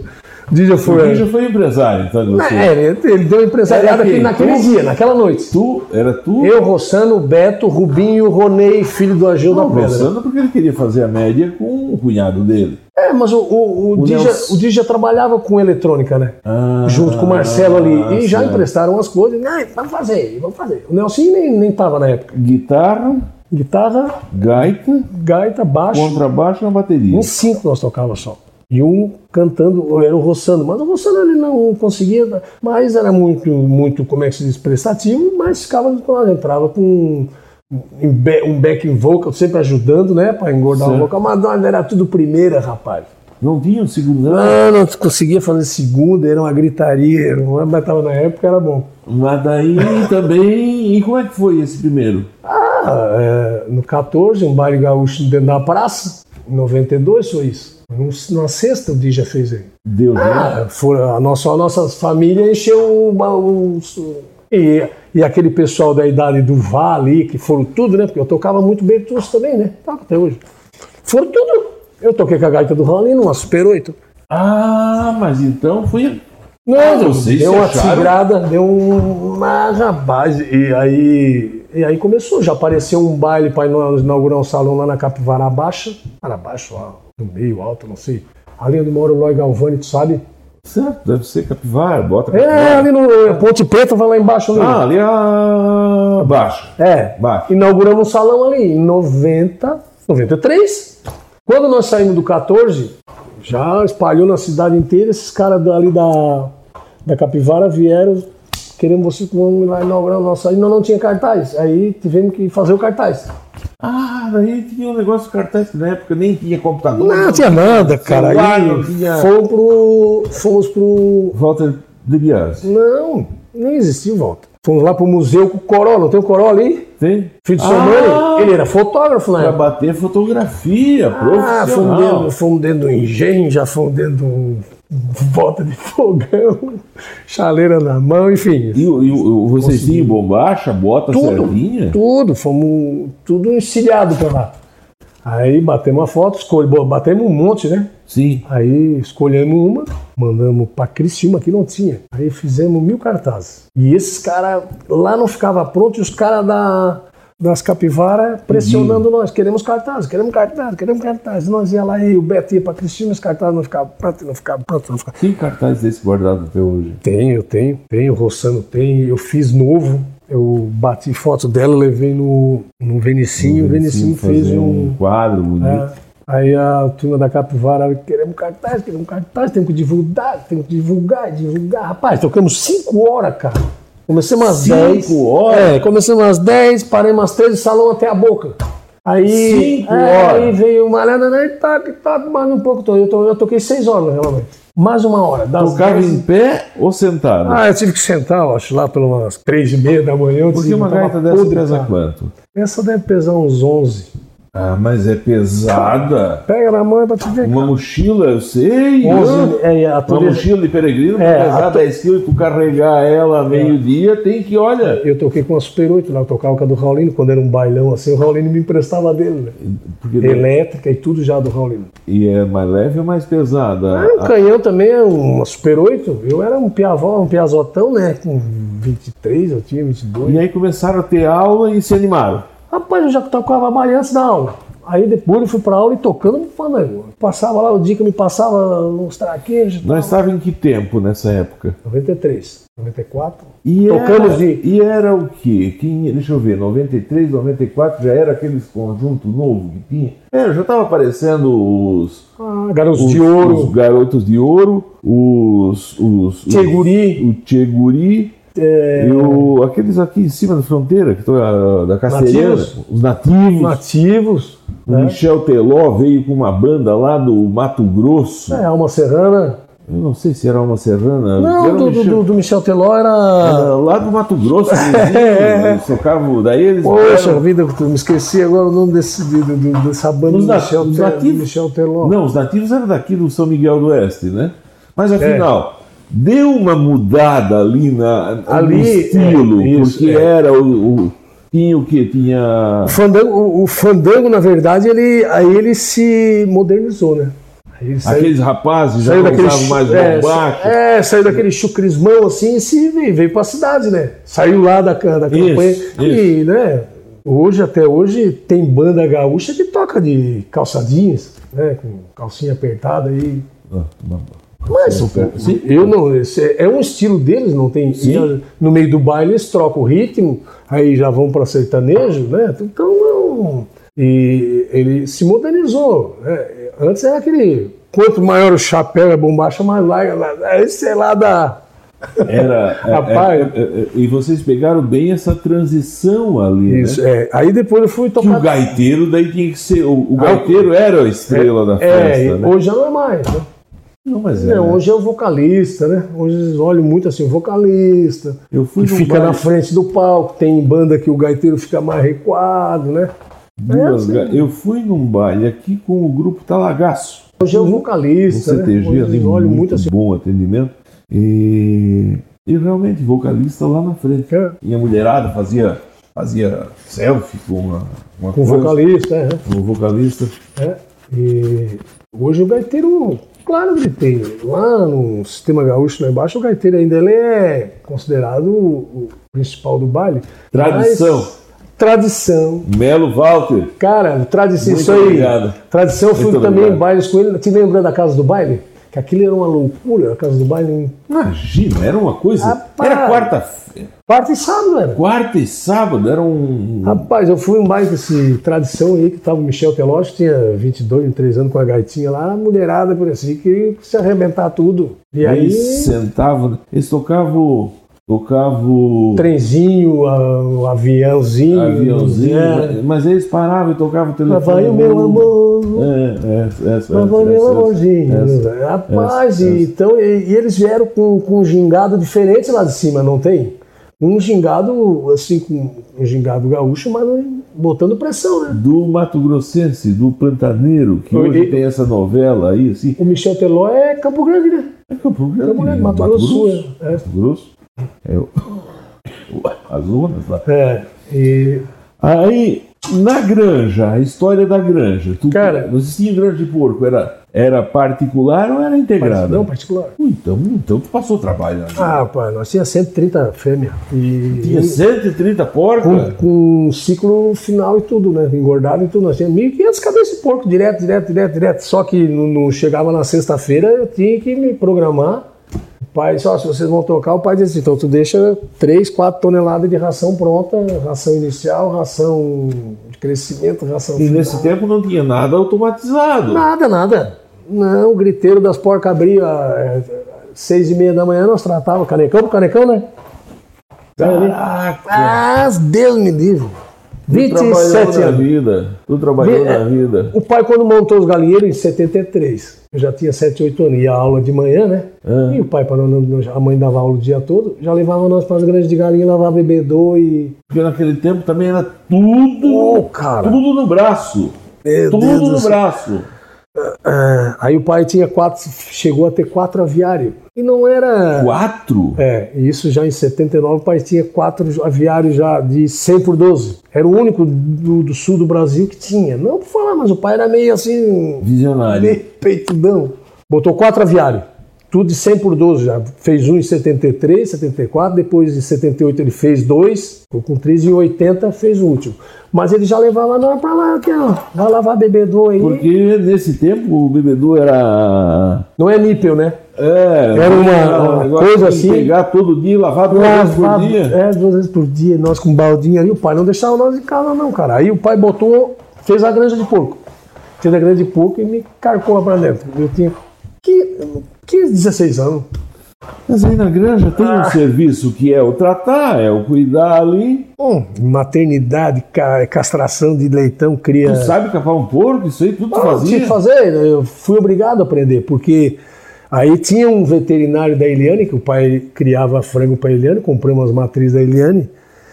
O Dija O foi. Dija foi empresário, tá? de Você. É, ele, ele deu empresariado Era aqui quem? naquele Tu? dia, naquela noite. Tu, era tu? Eu, Rossano, Beto, Rubinho, Ronei, filho do Agil da Não, Pedra. pensando porque ele queria fazer a média com o cunhado dele. É, mas o, o, o O Dija, Nelson. o Dija trabalhava com eletrônica, né? Ah, Junto com o Marcelo ali. E já certo. emprestaram as coisas. Não, vamos fazer, vamos fazer. O Nelson nem, nem tava na época. Guitarra, Guitarra, gaita, gaita, baixo. contrabaixo e uma bateria. Em cinco nós tocava só. E um cantando, era o Rossano, mas o Rossano ele não conseguia, mas era muito, muito como é que se diz, prestativo, mas ficava, nós entrava com um, um be- um back vocal, sempre ajudando, né, para engordar o Certo. vocal, mas nós era tudo primeira, rapaz. Não tinha um segundo, não. Ah, não conseguia fazer segunda, era uma gritaria, era uma- mas tava na época, era bom. Mas daí também. E como é que foi esse primeiro? Ah, é, no 14, um baile gaúcho dentro da praça, em 92 foi isso. Num- Numa sexta o Dija fez aí. Deu, né? Ah, foram- a nossa, a nossa família encheu o baú. E, e aquele pessoal da idade do Vá ali, que foram tudo, né? Porque eu tocava muito Bertucci também, né? Toca até hoje. Foram tudo. Eu toquei com a gaita do Rolino, uma Super 8. Ah, mas então foi. Não, Ah, vocês deu se uma acharam? tigrada, deu um, uma rapaz. E aí, e aí começou, já apareceu um baile para inaugurar um salão lá na Capivara Baixa. Era baixo, lá, no meio, alto, não sei. Ali onde mora o Lói Galvani, tu sabe? Certo, deve ser capivara, bota capivara. É, ali no Ponte Preta, vai lá embaixo ali. Ah, ali ah, abaixo. É, Baixo. inauguramos um salão ali em 90, 93. Quando nós saímos do 14, Já espalhou na cidade inteira, esses caras ali da, da Capivara vieram, queremos vocês que vão lá inaugurar o nosso. Aí nós não tinha cartaz, aí tivemos que fazer o cartaz. Ah, daí tinha um negócio de cartaz que na época nem tinha computador. Ah, Não tinha nada, cara. Celular, Aí não tinha- fomos pro. Fomos pro. Walter de Bias. Não, nem existiu volta. Fomos lá pro museu com o Coró, não tem o Coró ali? Tem? Filho de ah, sua mãe? Ele era fotógrafo na Pra época. bater fotografia É. Ah, fomos profissional. dentro, fomos dentro do engenho, já fomos dentro do bota de fogão, (laughs) chaleira na mão, enfim. e, o- e o- vocês tinham bombacha, bota Tudo, certinha? tudo, fomos tudo encilhado pra lá. Aí batemos uma foto, escolhe, bom, batemos um monte, né? Sim. Aí escolhemos uma, mandamos pra Criciúma, que não tinha. Aí fizemos mil cartazes. E esses caras lá não ficava pronto e os caras da, das capivara pressionando nós. Queremos cartazes, queremos cartazes, queremos cartazes. Nós ia lá e o Beto ia pra Criciúma, os cartazes não ficavam prontos, não ficavam prontos, não ficavam... Tem cartaz desse guardado até hoje. Tenho, tenho, tenho, o Rossano tem, eu fiz novo. Eu bati foto dela, levei no, no Venicinho, o Venicinho fez fazer um quadro bonito. é. Aí a turma da Capivara, queremos cartaz, queremos cartaz, temos que divulgar, temos que divulgar, divulgar. Rapaz, tocamos 5 horas, cara. Começamos às Cinco 10. horas? É, começamos às 10, paremos às 13, salão até a boca. Aí, Cinco é, horas? aí veio uma lenda, né, toque, toque, mais um pouco. Eu, to- eu toquei 6 horas, né, realmente. Mais uma hora. das Tocava 10. em pé ou sentado? É. Ah, eu tive que sentar, eu acho, lá pelas 3 e meia da manhã. eu Porque tive- uma tava gaita dessa podre, tá. pesa cara. quanto? Essa deve pesar uns 11. Ah, mas é pesada. Pega na mão e pra te ver. Uma mochila, eu sei. Onze, ah. é, a Uma turma- mochila de peregrino, pra É, pesar a- É. 10 quilos, e tu carregar ela meio-dia, tem que, olha, Eu toquei com a Super 8 lá, eu tocava com a do Raulino, quando era um bailão assim, o Raulino me emprestava a dele, né? porque Elétrica e tudo já do Raulino. E é mais leve ou mais pesada? Era um canhão também, era uma Super 8, eu era um piavó, um piazotão, né? Com 23, eu tinha 22. E aí começaram a ter aula e se animaram. Rapaz, eu já tocava mais antes da aula. Aí depois eu fui pra aula e tocando, falando, passava lá o dia que me passava uns traquejos, Nós estávamos em que tempo nessa época? 93, 94. E Tocamos era, de- E era o quê? Quem, deixa eu ver, 93, 94 já era aqueles conjunto novo que tinha? É, já estava aparecendo os, Ah, garotos os- de ouro, os Garotos de Ouro, os. os os- Tcheguri. O Tcheguri. É, E o, aqueles aqui em cima da fronteira, que tô, ah, da Castelhana, Nativos. os nativos. nativos, o né? Michel Teló veio com uma banda lá do Mato Grosso. É, Alma Serrana. Eu não sei se era uma serrana. era Não, um do, do, Michel- do- do Michel Teló era. Era É, lá do Mato (laughs) Grosso, inclusive, eles tocavam, daí eles É, Poxa eram- vida, eu me esqueci agora o nome desse, de- de- de- dessa banda Os do na- Michel, os Te- nativos? Michel Teló. Não, os nativos eram daqui do São Miguel do Oeste, né? Mas É. afinal, deu uma mudada ali, na, Ali, no estilo, é, isso, porque é. era o, o- Tinha o quê? Tinha. O, fandango, o- o fandango, na verdade, ele, aí ele se modernizou, né? Aí ele saiu, Aqueles rapazes já saiu não daquele. usavam mais é, bombacho. é, saiu daquele chucrismão assim e se veio, veio pra cidade, né? Saiu lá da, ca- da Isso, campanha. E, isso. né? Hoje, até hoje, tem banda gaúcha que toca de calçadinhas, né? Com calcinha apertada aí. Ah, Mas o- Sim. eu não, esse é é um estilo deles, não tem. Sim. e, No meio do baile eles trocam o ritmo, aí já vão para sertanejo, né? Então não. E ele se modernizou. né? Antes era aquele. Quanto maior o chapéu é bombacha, mais larga. lá- é, Sei lá da. Era. é, Rapaz. é, é, é, e vocês pegaram bem essa transição ali. Isso, né? é. Aí depois eu fui Que o tocar. gaiteiro daí tinha que ser. O, o gaiteiro era a estrela da festa, Ah, é, né? hoje já não é mais. Né? Não, mas é, Não, né? hoje é o vocalista, né? Hoje eles olham muito assim, o vocalista. Eu fui que num fica baile- na frente do palco, tem banda que o gaiteiro fica mais recuado, né? duas É, ga- Eu fui num baile aqui com o grupo Talagaço, Hoje é o no vocalista, CTG, né? ali, Hoje eu é muito, olho muito assim. bom atendimento. E, e realmente, vocalista lá na frente. É. E a mulherada fazia, fazia selfie com a, com a Com o coisa, vocalista, é, com o vocalista. é. E hoje o gaiteiro, claro que ele tem. Lá no sistema gaúcho lá embaixo, o gaiteiro ainda ele é considerado o, o principal do baile. Tradição. Mas- tradição. Melo Walter, Cara, tradição, Muito isso aí. obrigado. Tradição, eu fui Muito também obrigado. em bailes com ele. Te lembra da casa do baile? Que aquilo era uma loucura, a casa do baile. Imagina, era uma coisa. Rapaz. Era quarta, Parte e sábado era. quarta e sábado, era um. Rapaz, eu fui em um baile desse tradição aí, que tava o Michel Telógio, tinha 22, 23 anos com a gaitinha lá, a mulherada por assim, que se arrebentar tudo. E aí, Eles sentavam. Eles tocavam. Tocavam. trenzinho, a- o aviãozinho. Aviãozinho. né? Mas, mas eles paravam e tocavam o Lá telefone. vai o meu amor. É, essa, essa. Lá vai essa, meu essa, amorzinho. essa. Rapaz, essa, e- então, e, e eles vieram com, com um gingado diferente lá de cima, não tem? Um gingado, assim, com um gingado gaúcho, mas botando pressão, né? Do Mato Grossense, do Pantaneiro, que Oi, hoje e- tem essa novela aí, assim. O Michel Teló é Campo Grande, né? É Campo Grande, Campo Grande, Mato Grosso do Sul. é. Mato Grosso. É o... (laughs) As zonas lá. É, e Aí, na granja, a história da granja. Tu, Cara- você tinha granja de porco, era, era particular ou era integrada? não particular. Então, então tu passou trabalho lá. Ah, pá, nós tinha 130 fêmeas. E Tinha 130 com, porcas? com um ciclo final e tudo, né? Engordado e tudo. Nós tinha 1.500 cabeças de porco, direto, direto, direto, direto. Só que no, no- chegava na sexta-feira, eu tinha que me programar. O pai disse, ó, se vocês vão tocar, o pai disse, então tu deixa 3, 4 toneladas de ração pronta, ração inicial, ração de crescimento, ração E final. nesse tempo não tinha nada automatizado. Nada, nada. Não, o griteiro das porcas abria é, seis e meia da manhã, nós tratava canecão pro canecão, né? Caraca! Ah, Deus me livre. 27 na anos. vida. Tu trabalhou Vi- é. na vida. O pai, quando montou os galinheiros, em 73, eu já tinha 7, 8 anos, ia a aula de manhã, né? Ah. E o pai, pra não- não- a mãe dava aula o dia todo, já levava nós para as grandes de galinha, lavar bebedouro e... Porque naquele tempo também era tudo, Ô, cara. tudo no braço. Meu tudo Deus do no céu. braço. Ah, aí o pai tinha quatro, chegou a ter quatro aviários. E não era... Quatro? É, e isso já em 79 o país tinha quatro aviários já de 100 por 12. Era o único do, do sul do Brasil que tinha. Não por falar, mas o pai era meio assim, Visionário. meio peitudão. Botou quatro aviários, tudo de 100 por 12 já. Fez um em 73, 74, depois em 78 ele fez dois, ficou com três, e em 80 fez o último. Mas ele já levava nós pra lá, aqui, ó, vai lavar bebedouro aí. Porque nesse tempo o bebedouro era. Não é nípel, né? É, Era uma- um uma negócio coisa de assim. Pegar todo dia e lavar duas vezes por Lavado, dia. é, duas vezes por dia, nós com baldinha ali, o pai não deixava nós em casa não, cara. Aí o pai botou, fez a granja de porco. Fez a granja de porco e me carcou lá pra dentro. Eu tinha que, 15, 16 anos. Mas aí na granja tem Ah. um serviço que é o tratar, é o cuidar ali. Hum, maternidade, ca- castração de leitão, cria... Tu sabe capar um porco, isso aí tudo tu Ah, fazia. É. Tinha que fazer, né? eu fui obrigado a aprender, porque aí tinha um veterinário da Eliane, que o pai criava frango para a Eliane, compramos as matrizes da Eliane,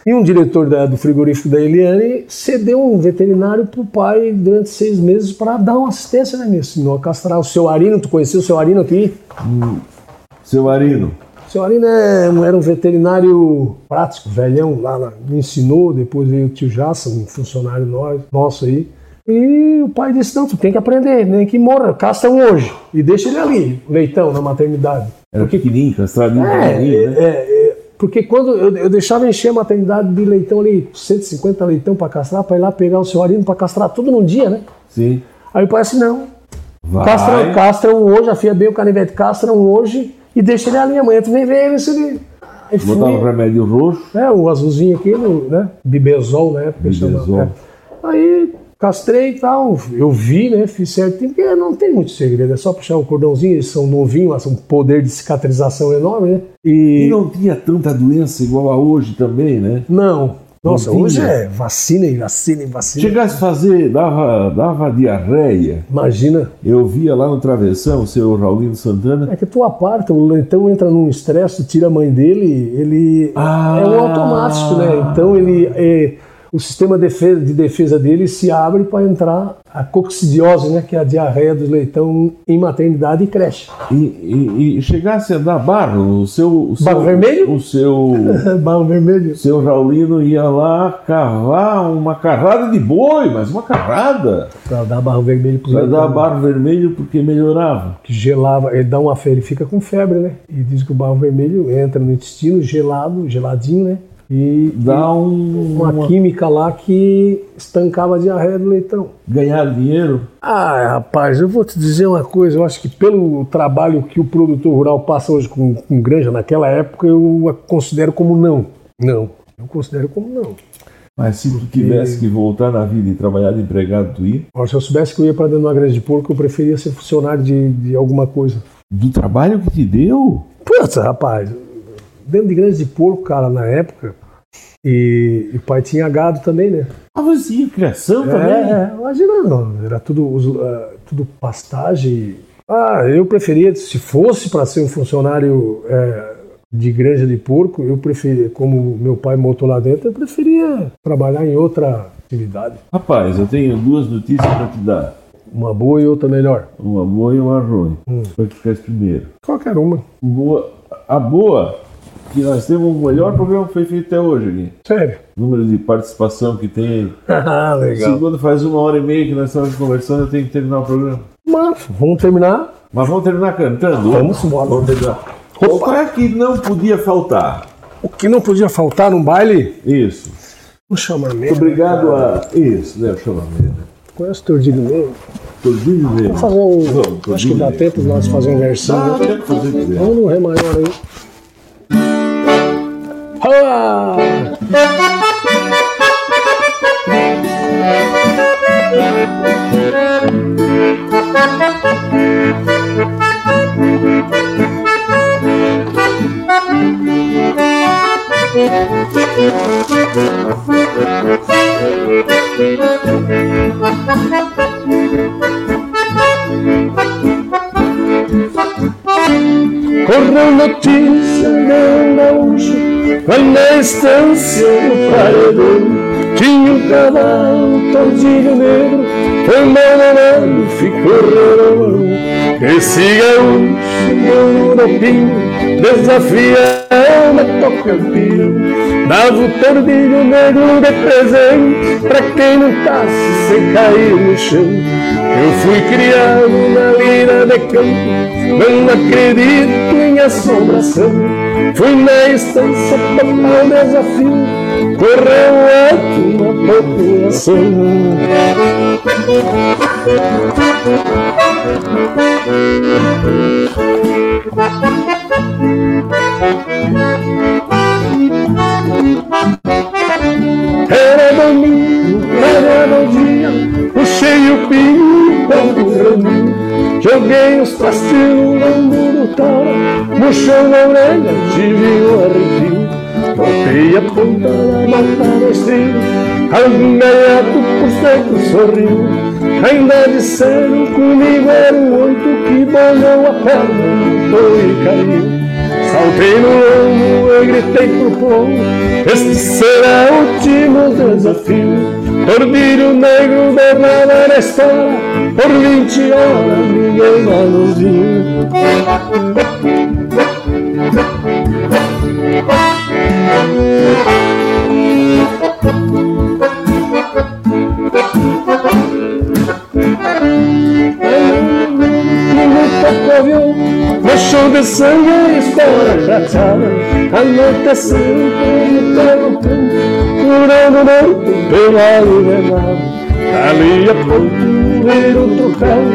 e um diretor da- do frigorífico da Eliane cedeu um veterinário para o pai durante seis meses para dar uma assistência, né, me ensinou a castrar. O seu Arino, tu conhecia o seu Arino aqui? Seu Marino. O seu Arino é um- era um veterinário prático, velhão, lá, lá, me ensinou, depois veio o tio Jassa, um funcionário nó- nosso aí. E o pai disse, não, tu tem que aprender, nem que morra, castra um hoje. E deixa ele ali, leitão, na maternidade. Era pequenininho, castradinho, É, pequenininho, né? é, é, porque quando eu, eu deixava encher a maternidade de leitão ali, 150 leitão pra castrar, pra ir lá pegar o seu arino pra castrar tudo num dia, né? Sim. Aí o pai disse, não, Vai. Castra, castra um hoje, afia bem o canivete, castra um hoje e deixa ele ali. Amanhã tu vem ver se ele. Aí fui, Botava um remédio roxo. né, o azulzinho aqui, no, né? Bibezol, né? porque Bibezol. chamava, né? Aí castrei e tal. Eu vi, né? Fiz certinho, porque não tem muito segredo, é só puxar o cordãozinho, eles são novinhos, mas um poder de cicatrização enorme, né? E não tinha tanta doença igual a hoje também, né? Não. Nossa, Novinho. hoje é vacina e vacina e vacina. Chegasse a fazer, dava, dava diarreia. Imagina. Eu via lá no travessão o seu Raulino Santana. É que tu aparta, o leitão entra num estresse, tu tira a mãe dele, ele Ah. é um automático, né? Então ele é, o sistema de defesa, de defesa dele se abre para entrar a coccidiose, né? Que é a diarreia do leitão em maternidade e creche. (laughs) E, e, e chegasse a dar barro, o seu. O seu Barro vermelho? O seu. Barro vermelho. o seu Raulino ia lá cavar uma carrada de boi, mas uma carrada. Pra dar barro vermelho pro Pra dar leitão. né? barro vermelho porque melhorava. Que gelava, ele dá uma febre, ele fica com febre, né? E diz que o barro vermelho entra no intestino gelado, geladinho, né? E Dá um, uma, química lá que estancava a diarreia do leitão. ganhar dinheiro. Ah, rapaz, eu vou te dizer uma coisa. Eu acho que pelo trabalho que o produtor rural passa hoje com, com granja, naquela época, eu a considero como não. Não. Eu considero como não. Mas se tu tivesse que voltar na vida e trabalhar de empregado, tu ia? Olha, se eu soubesse que eu ia para dentro de uma granja de porco, eu preferia ser funcionário de, de alguma coisa. Do trabalho que te deu? Puta, rapaz. Dentro de granja de porco, cara, na época, e, e o pai tinha gado também, né? Ah, mas sim, criação também. É, é, imagina, não, era tudo, os- ah, tudo pastagem. Ah, eu preferia, se fosse para ser um funcionário eh, de granja de porco, eu preferia, como meu pai montou lá dentro, eu preferia trabalhar em outra atividade. Rapaz, eu tenho duas notícias para te dar. Uma boa e outra melhor. Uma boa e uma ruim. Para que tu ficasse primeiro. Qualquer uma. Boa- a boa, que nós temos o melhor programa que foi feito até hoje aqui. Sério. Número de participação que tem. (laughs) Ah, legal. Segundo, faz uma hora e meia que nós estamos conversando, eu tenho que terminar o programa. Mas vamos terminar. Mas vamos terminar cantando? Vamos embora. Vamos terminar. Qual é que não podia faltar? O que não podia faltar num baile? Isso. Um chamamento. Muito obrigado a. Isso, né? Chama mesmo. Conhece o Tordilho mesmo? Tordinho mesmo. Fazer um. Vamos, acho que Tordilho dá mesmo. tempo de nós fazer um versinho. Ah, tem que fazer o que quiser. Vamos no Ré maior aí. Ah! Correu notícia de um gaúcho Lá na estância do paredão Tinha um cavalo tordilho negro Foi mal danado, ficou rarão Esse gaúcho, meu roupinho Desafiava na toca pio Dava o tordilho negro de presente Pra quem não tasse sem cair no chão eu fui criado na lira de campo, não acredito em assombração. Fui na estância topar o desafio, correu alto na população. Era domingo, era bom dia, puxei o pinho do granil, joguei os pastilhos no muro tal, murchou na orelha, tive um arrepio, botei a ponta na mata no estrio, algum gaiato por seco sorriu, ainda disseram comigo era um oito que banhou a perna, foi e caiu. Saltei no lombo, eu gritei pro povo Este será o último desafio Tordilho negro derrama na história Por 20 horas ninguém mais nos viu Ninguém tocou viu No show de sangue a história chateada A noite é sempre interrompendo Curando noite pela liberdade Ali a um pouco ver o trocado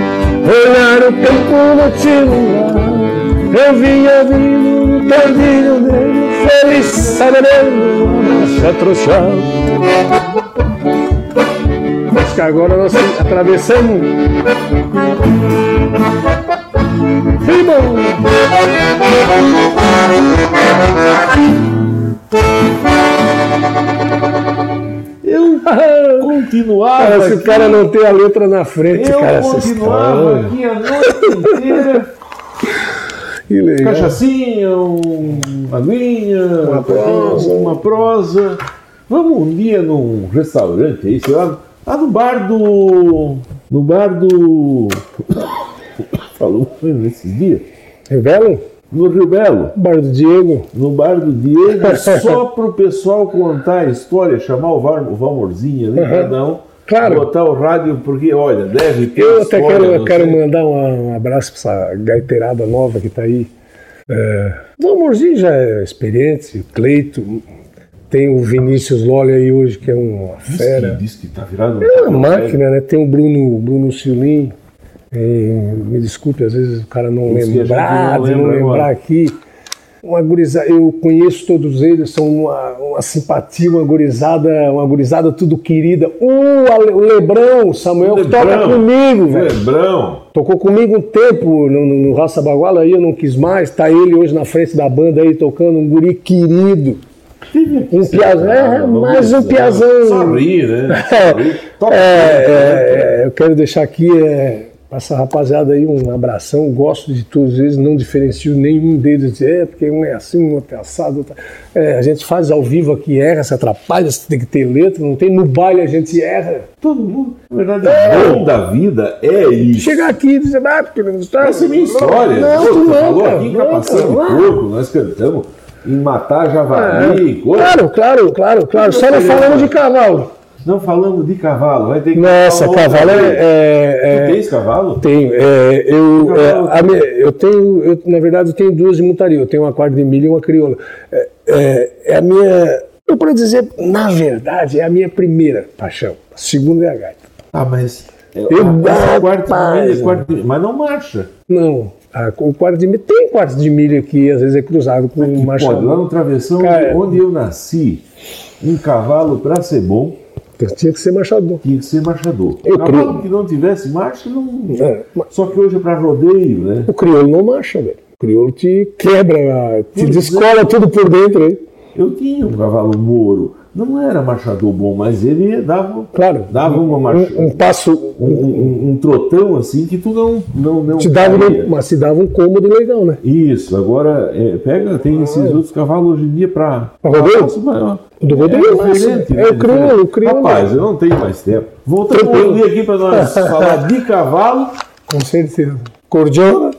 Olhar o campo no tirar Eu vinha vindo no tardinho dele Feliz sabendo se atrochado Acho que agora nós atravessamos Ribão Eu continuava. (laughs) Cara, se o aqui, cara não tem a letra na frente, eu cara, é essa continuava história. aqui a noite (laughs) inteira. Que legal. Cachacinha, um- uma aguinha, uma prosa. uma prosa. Vamos um dia num restaurante aí, sei lá. Lá no bar do. No bar do. (coughs) Falou nesses dias. Revelam? No Rio Belo. Bar do Diego. no bar do (laughs) Diego só pro pessoal contar a história, chamar o, Var, o Valmorzinho ali, Uhum. cada um, Claro. botar o rádio, porque, olha, deve ter Eu até história, quero, eu não quero sei. mandar um, um abraço pra essa gaiteirada nova que tá aí. É, o Amorzinho já é experiente, o Cleito. Tem o Vinícius Lolli aí hoje, que é uma Diz fera. que, diz que tá virado. É uma máquina, né? Tem o Bruno, Bruno Cilim. eh, me desculpe, às vezes o cara Isso não que a gente lembrar, não de não lembra lembrar agora. aqui. Uma guriza, eu conheço todos eles, são uma, uma simpatia, uma gurizada, uma gurizada tudo querida. O, Ale- o Lebrão, o Samuel, que toca Lebrão. Um comigo, velho. Lebrão. Tocou comigo um tempo no, no, no Raça Baguala, aí eu não quis mais. Tá ele hoje na frente da banda aí tocando, um guri querido. Um piazão, é, mais um piazão. Ah, Só (laughs) rir, né? Só rir. Toca É, tudo, né? é, eu quero deixar aqui é, pra essa rapaziada aí um abração. Gosto de todos eles, não diferencio nenhum deles. É, porque um é assim, um é assado. outro é- É, a gente faz ao vivo aqui, erra, se atrapalha, se tem que ter letra, não tem. No baile a gente erra. Todo mundo. Na verdade, o bom da vida é isso. Chegar aqui e dizer, ah, porque não está. Essa é minha história. Não, Pô, tu não, falou cara, aqui tá em não, Capação de cara, não. Porco, nós cantamos em Matar É. Javali, coisa. Claro, claro, claro, claro. Só não falamos de cavalo. Não falamos de cavalo, vai ter que. Nossa, falar outra cavalo é. vez. é- é- Tu tens cavalo? tenho. é, eu, Cavalo. é, a minha- eu tenho. eu, na verdade, eu tenho duas de montaria. Eu tenho uma quarta de milho e uma crioula. É, é- é a minha. Eu para dizer, na verdade, é a minha primeira paixão. A segunda é a gaita. Ah, mas. é Eu, Eu- essa ah, quarta rapaz. milha, quarta milha, mas não marcha. Não, a- o quarto de milho. Tem quarto de milho que às vezes é cruzado com o macho. Pode, lá no travessão Cara. é- onde eu nasci, um cavalo para ser bom Eu tinha que ser machador. tinha que ser marchador. Eu cavalo creio. que não tivesse marcha, não. É, mas- Só que hoje é para rodeio, né? O crioulo não marcha, velho. O crioulo te quebra, te Pois é. descola tudo por dentro aí. Eu tinha um cavalo moro, não era marchador bom, mas ele dava, Claro. dava uma marcha. Um, um passo, um, um- um trotão assim que tu não não não te dava, faria. um- mas se dava um cômodo legal, né? isso agora é, pega Ah, tem esses outros cavalos hoje em dia para Pra rodeio? Do rodeio, é, Ah, mas diferente, é o crioulo, diferente. o crioulo. rapaz eu não tenho mais tempo voltando Tranquilo. um dia aqui para (laughs) nós falar de cavalo Com certeza. né? Cordiona,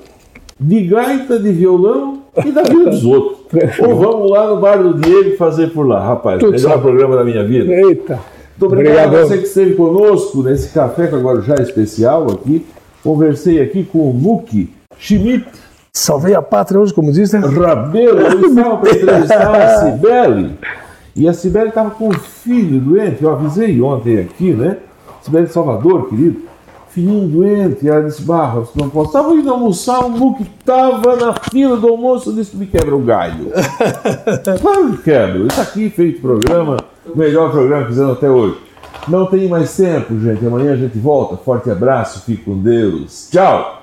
de gaita de violão e da vida dos outros ou vamos lá no bar do Diego fazer por lá rapaz Tudo melhor certo. É. programa da minha vida eita. Muito obrigado a Obrigadão. você que esteve conosco nesse café com agora já é especial aqui. Conversei aqui com o Muki Schmidt Salvei a pátria hoje, como diz, né? Rabelo. Ele estava para entrevistar a Cibele. E a Cibele estava com um filho doente. Eu avisei ontem aqui, né? Cibele de Salvador, querido. Filhinho doente. E ela disse, barra, você não posso. Estava indo almoçar, o Muki estava na fila do almoço. Eu disse, me quebra o galho. Claro que quebro. Isso aqui feito programa, o melhor programa que fizeram até hoje. Não tem mais tempo, gente. Amanhã a gente volta. Forte abraço, fique com Deus. Tchau!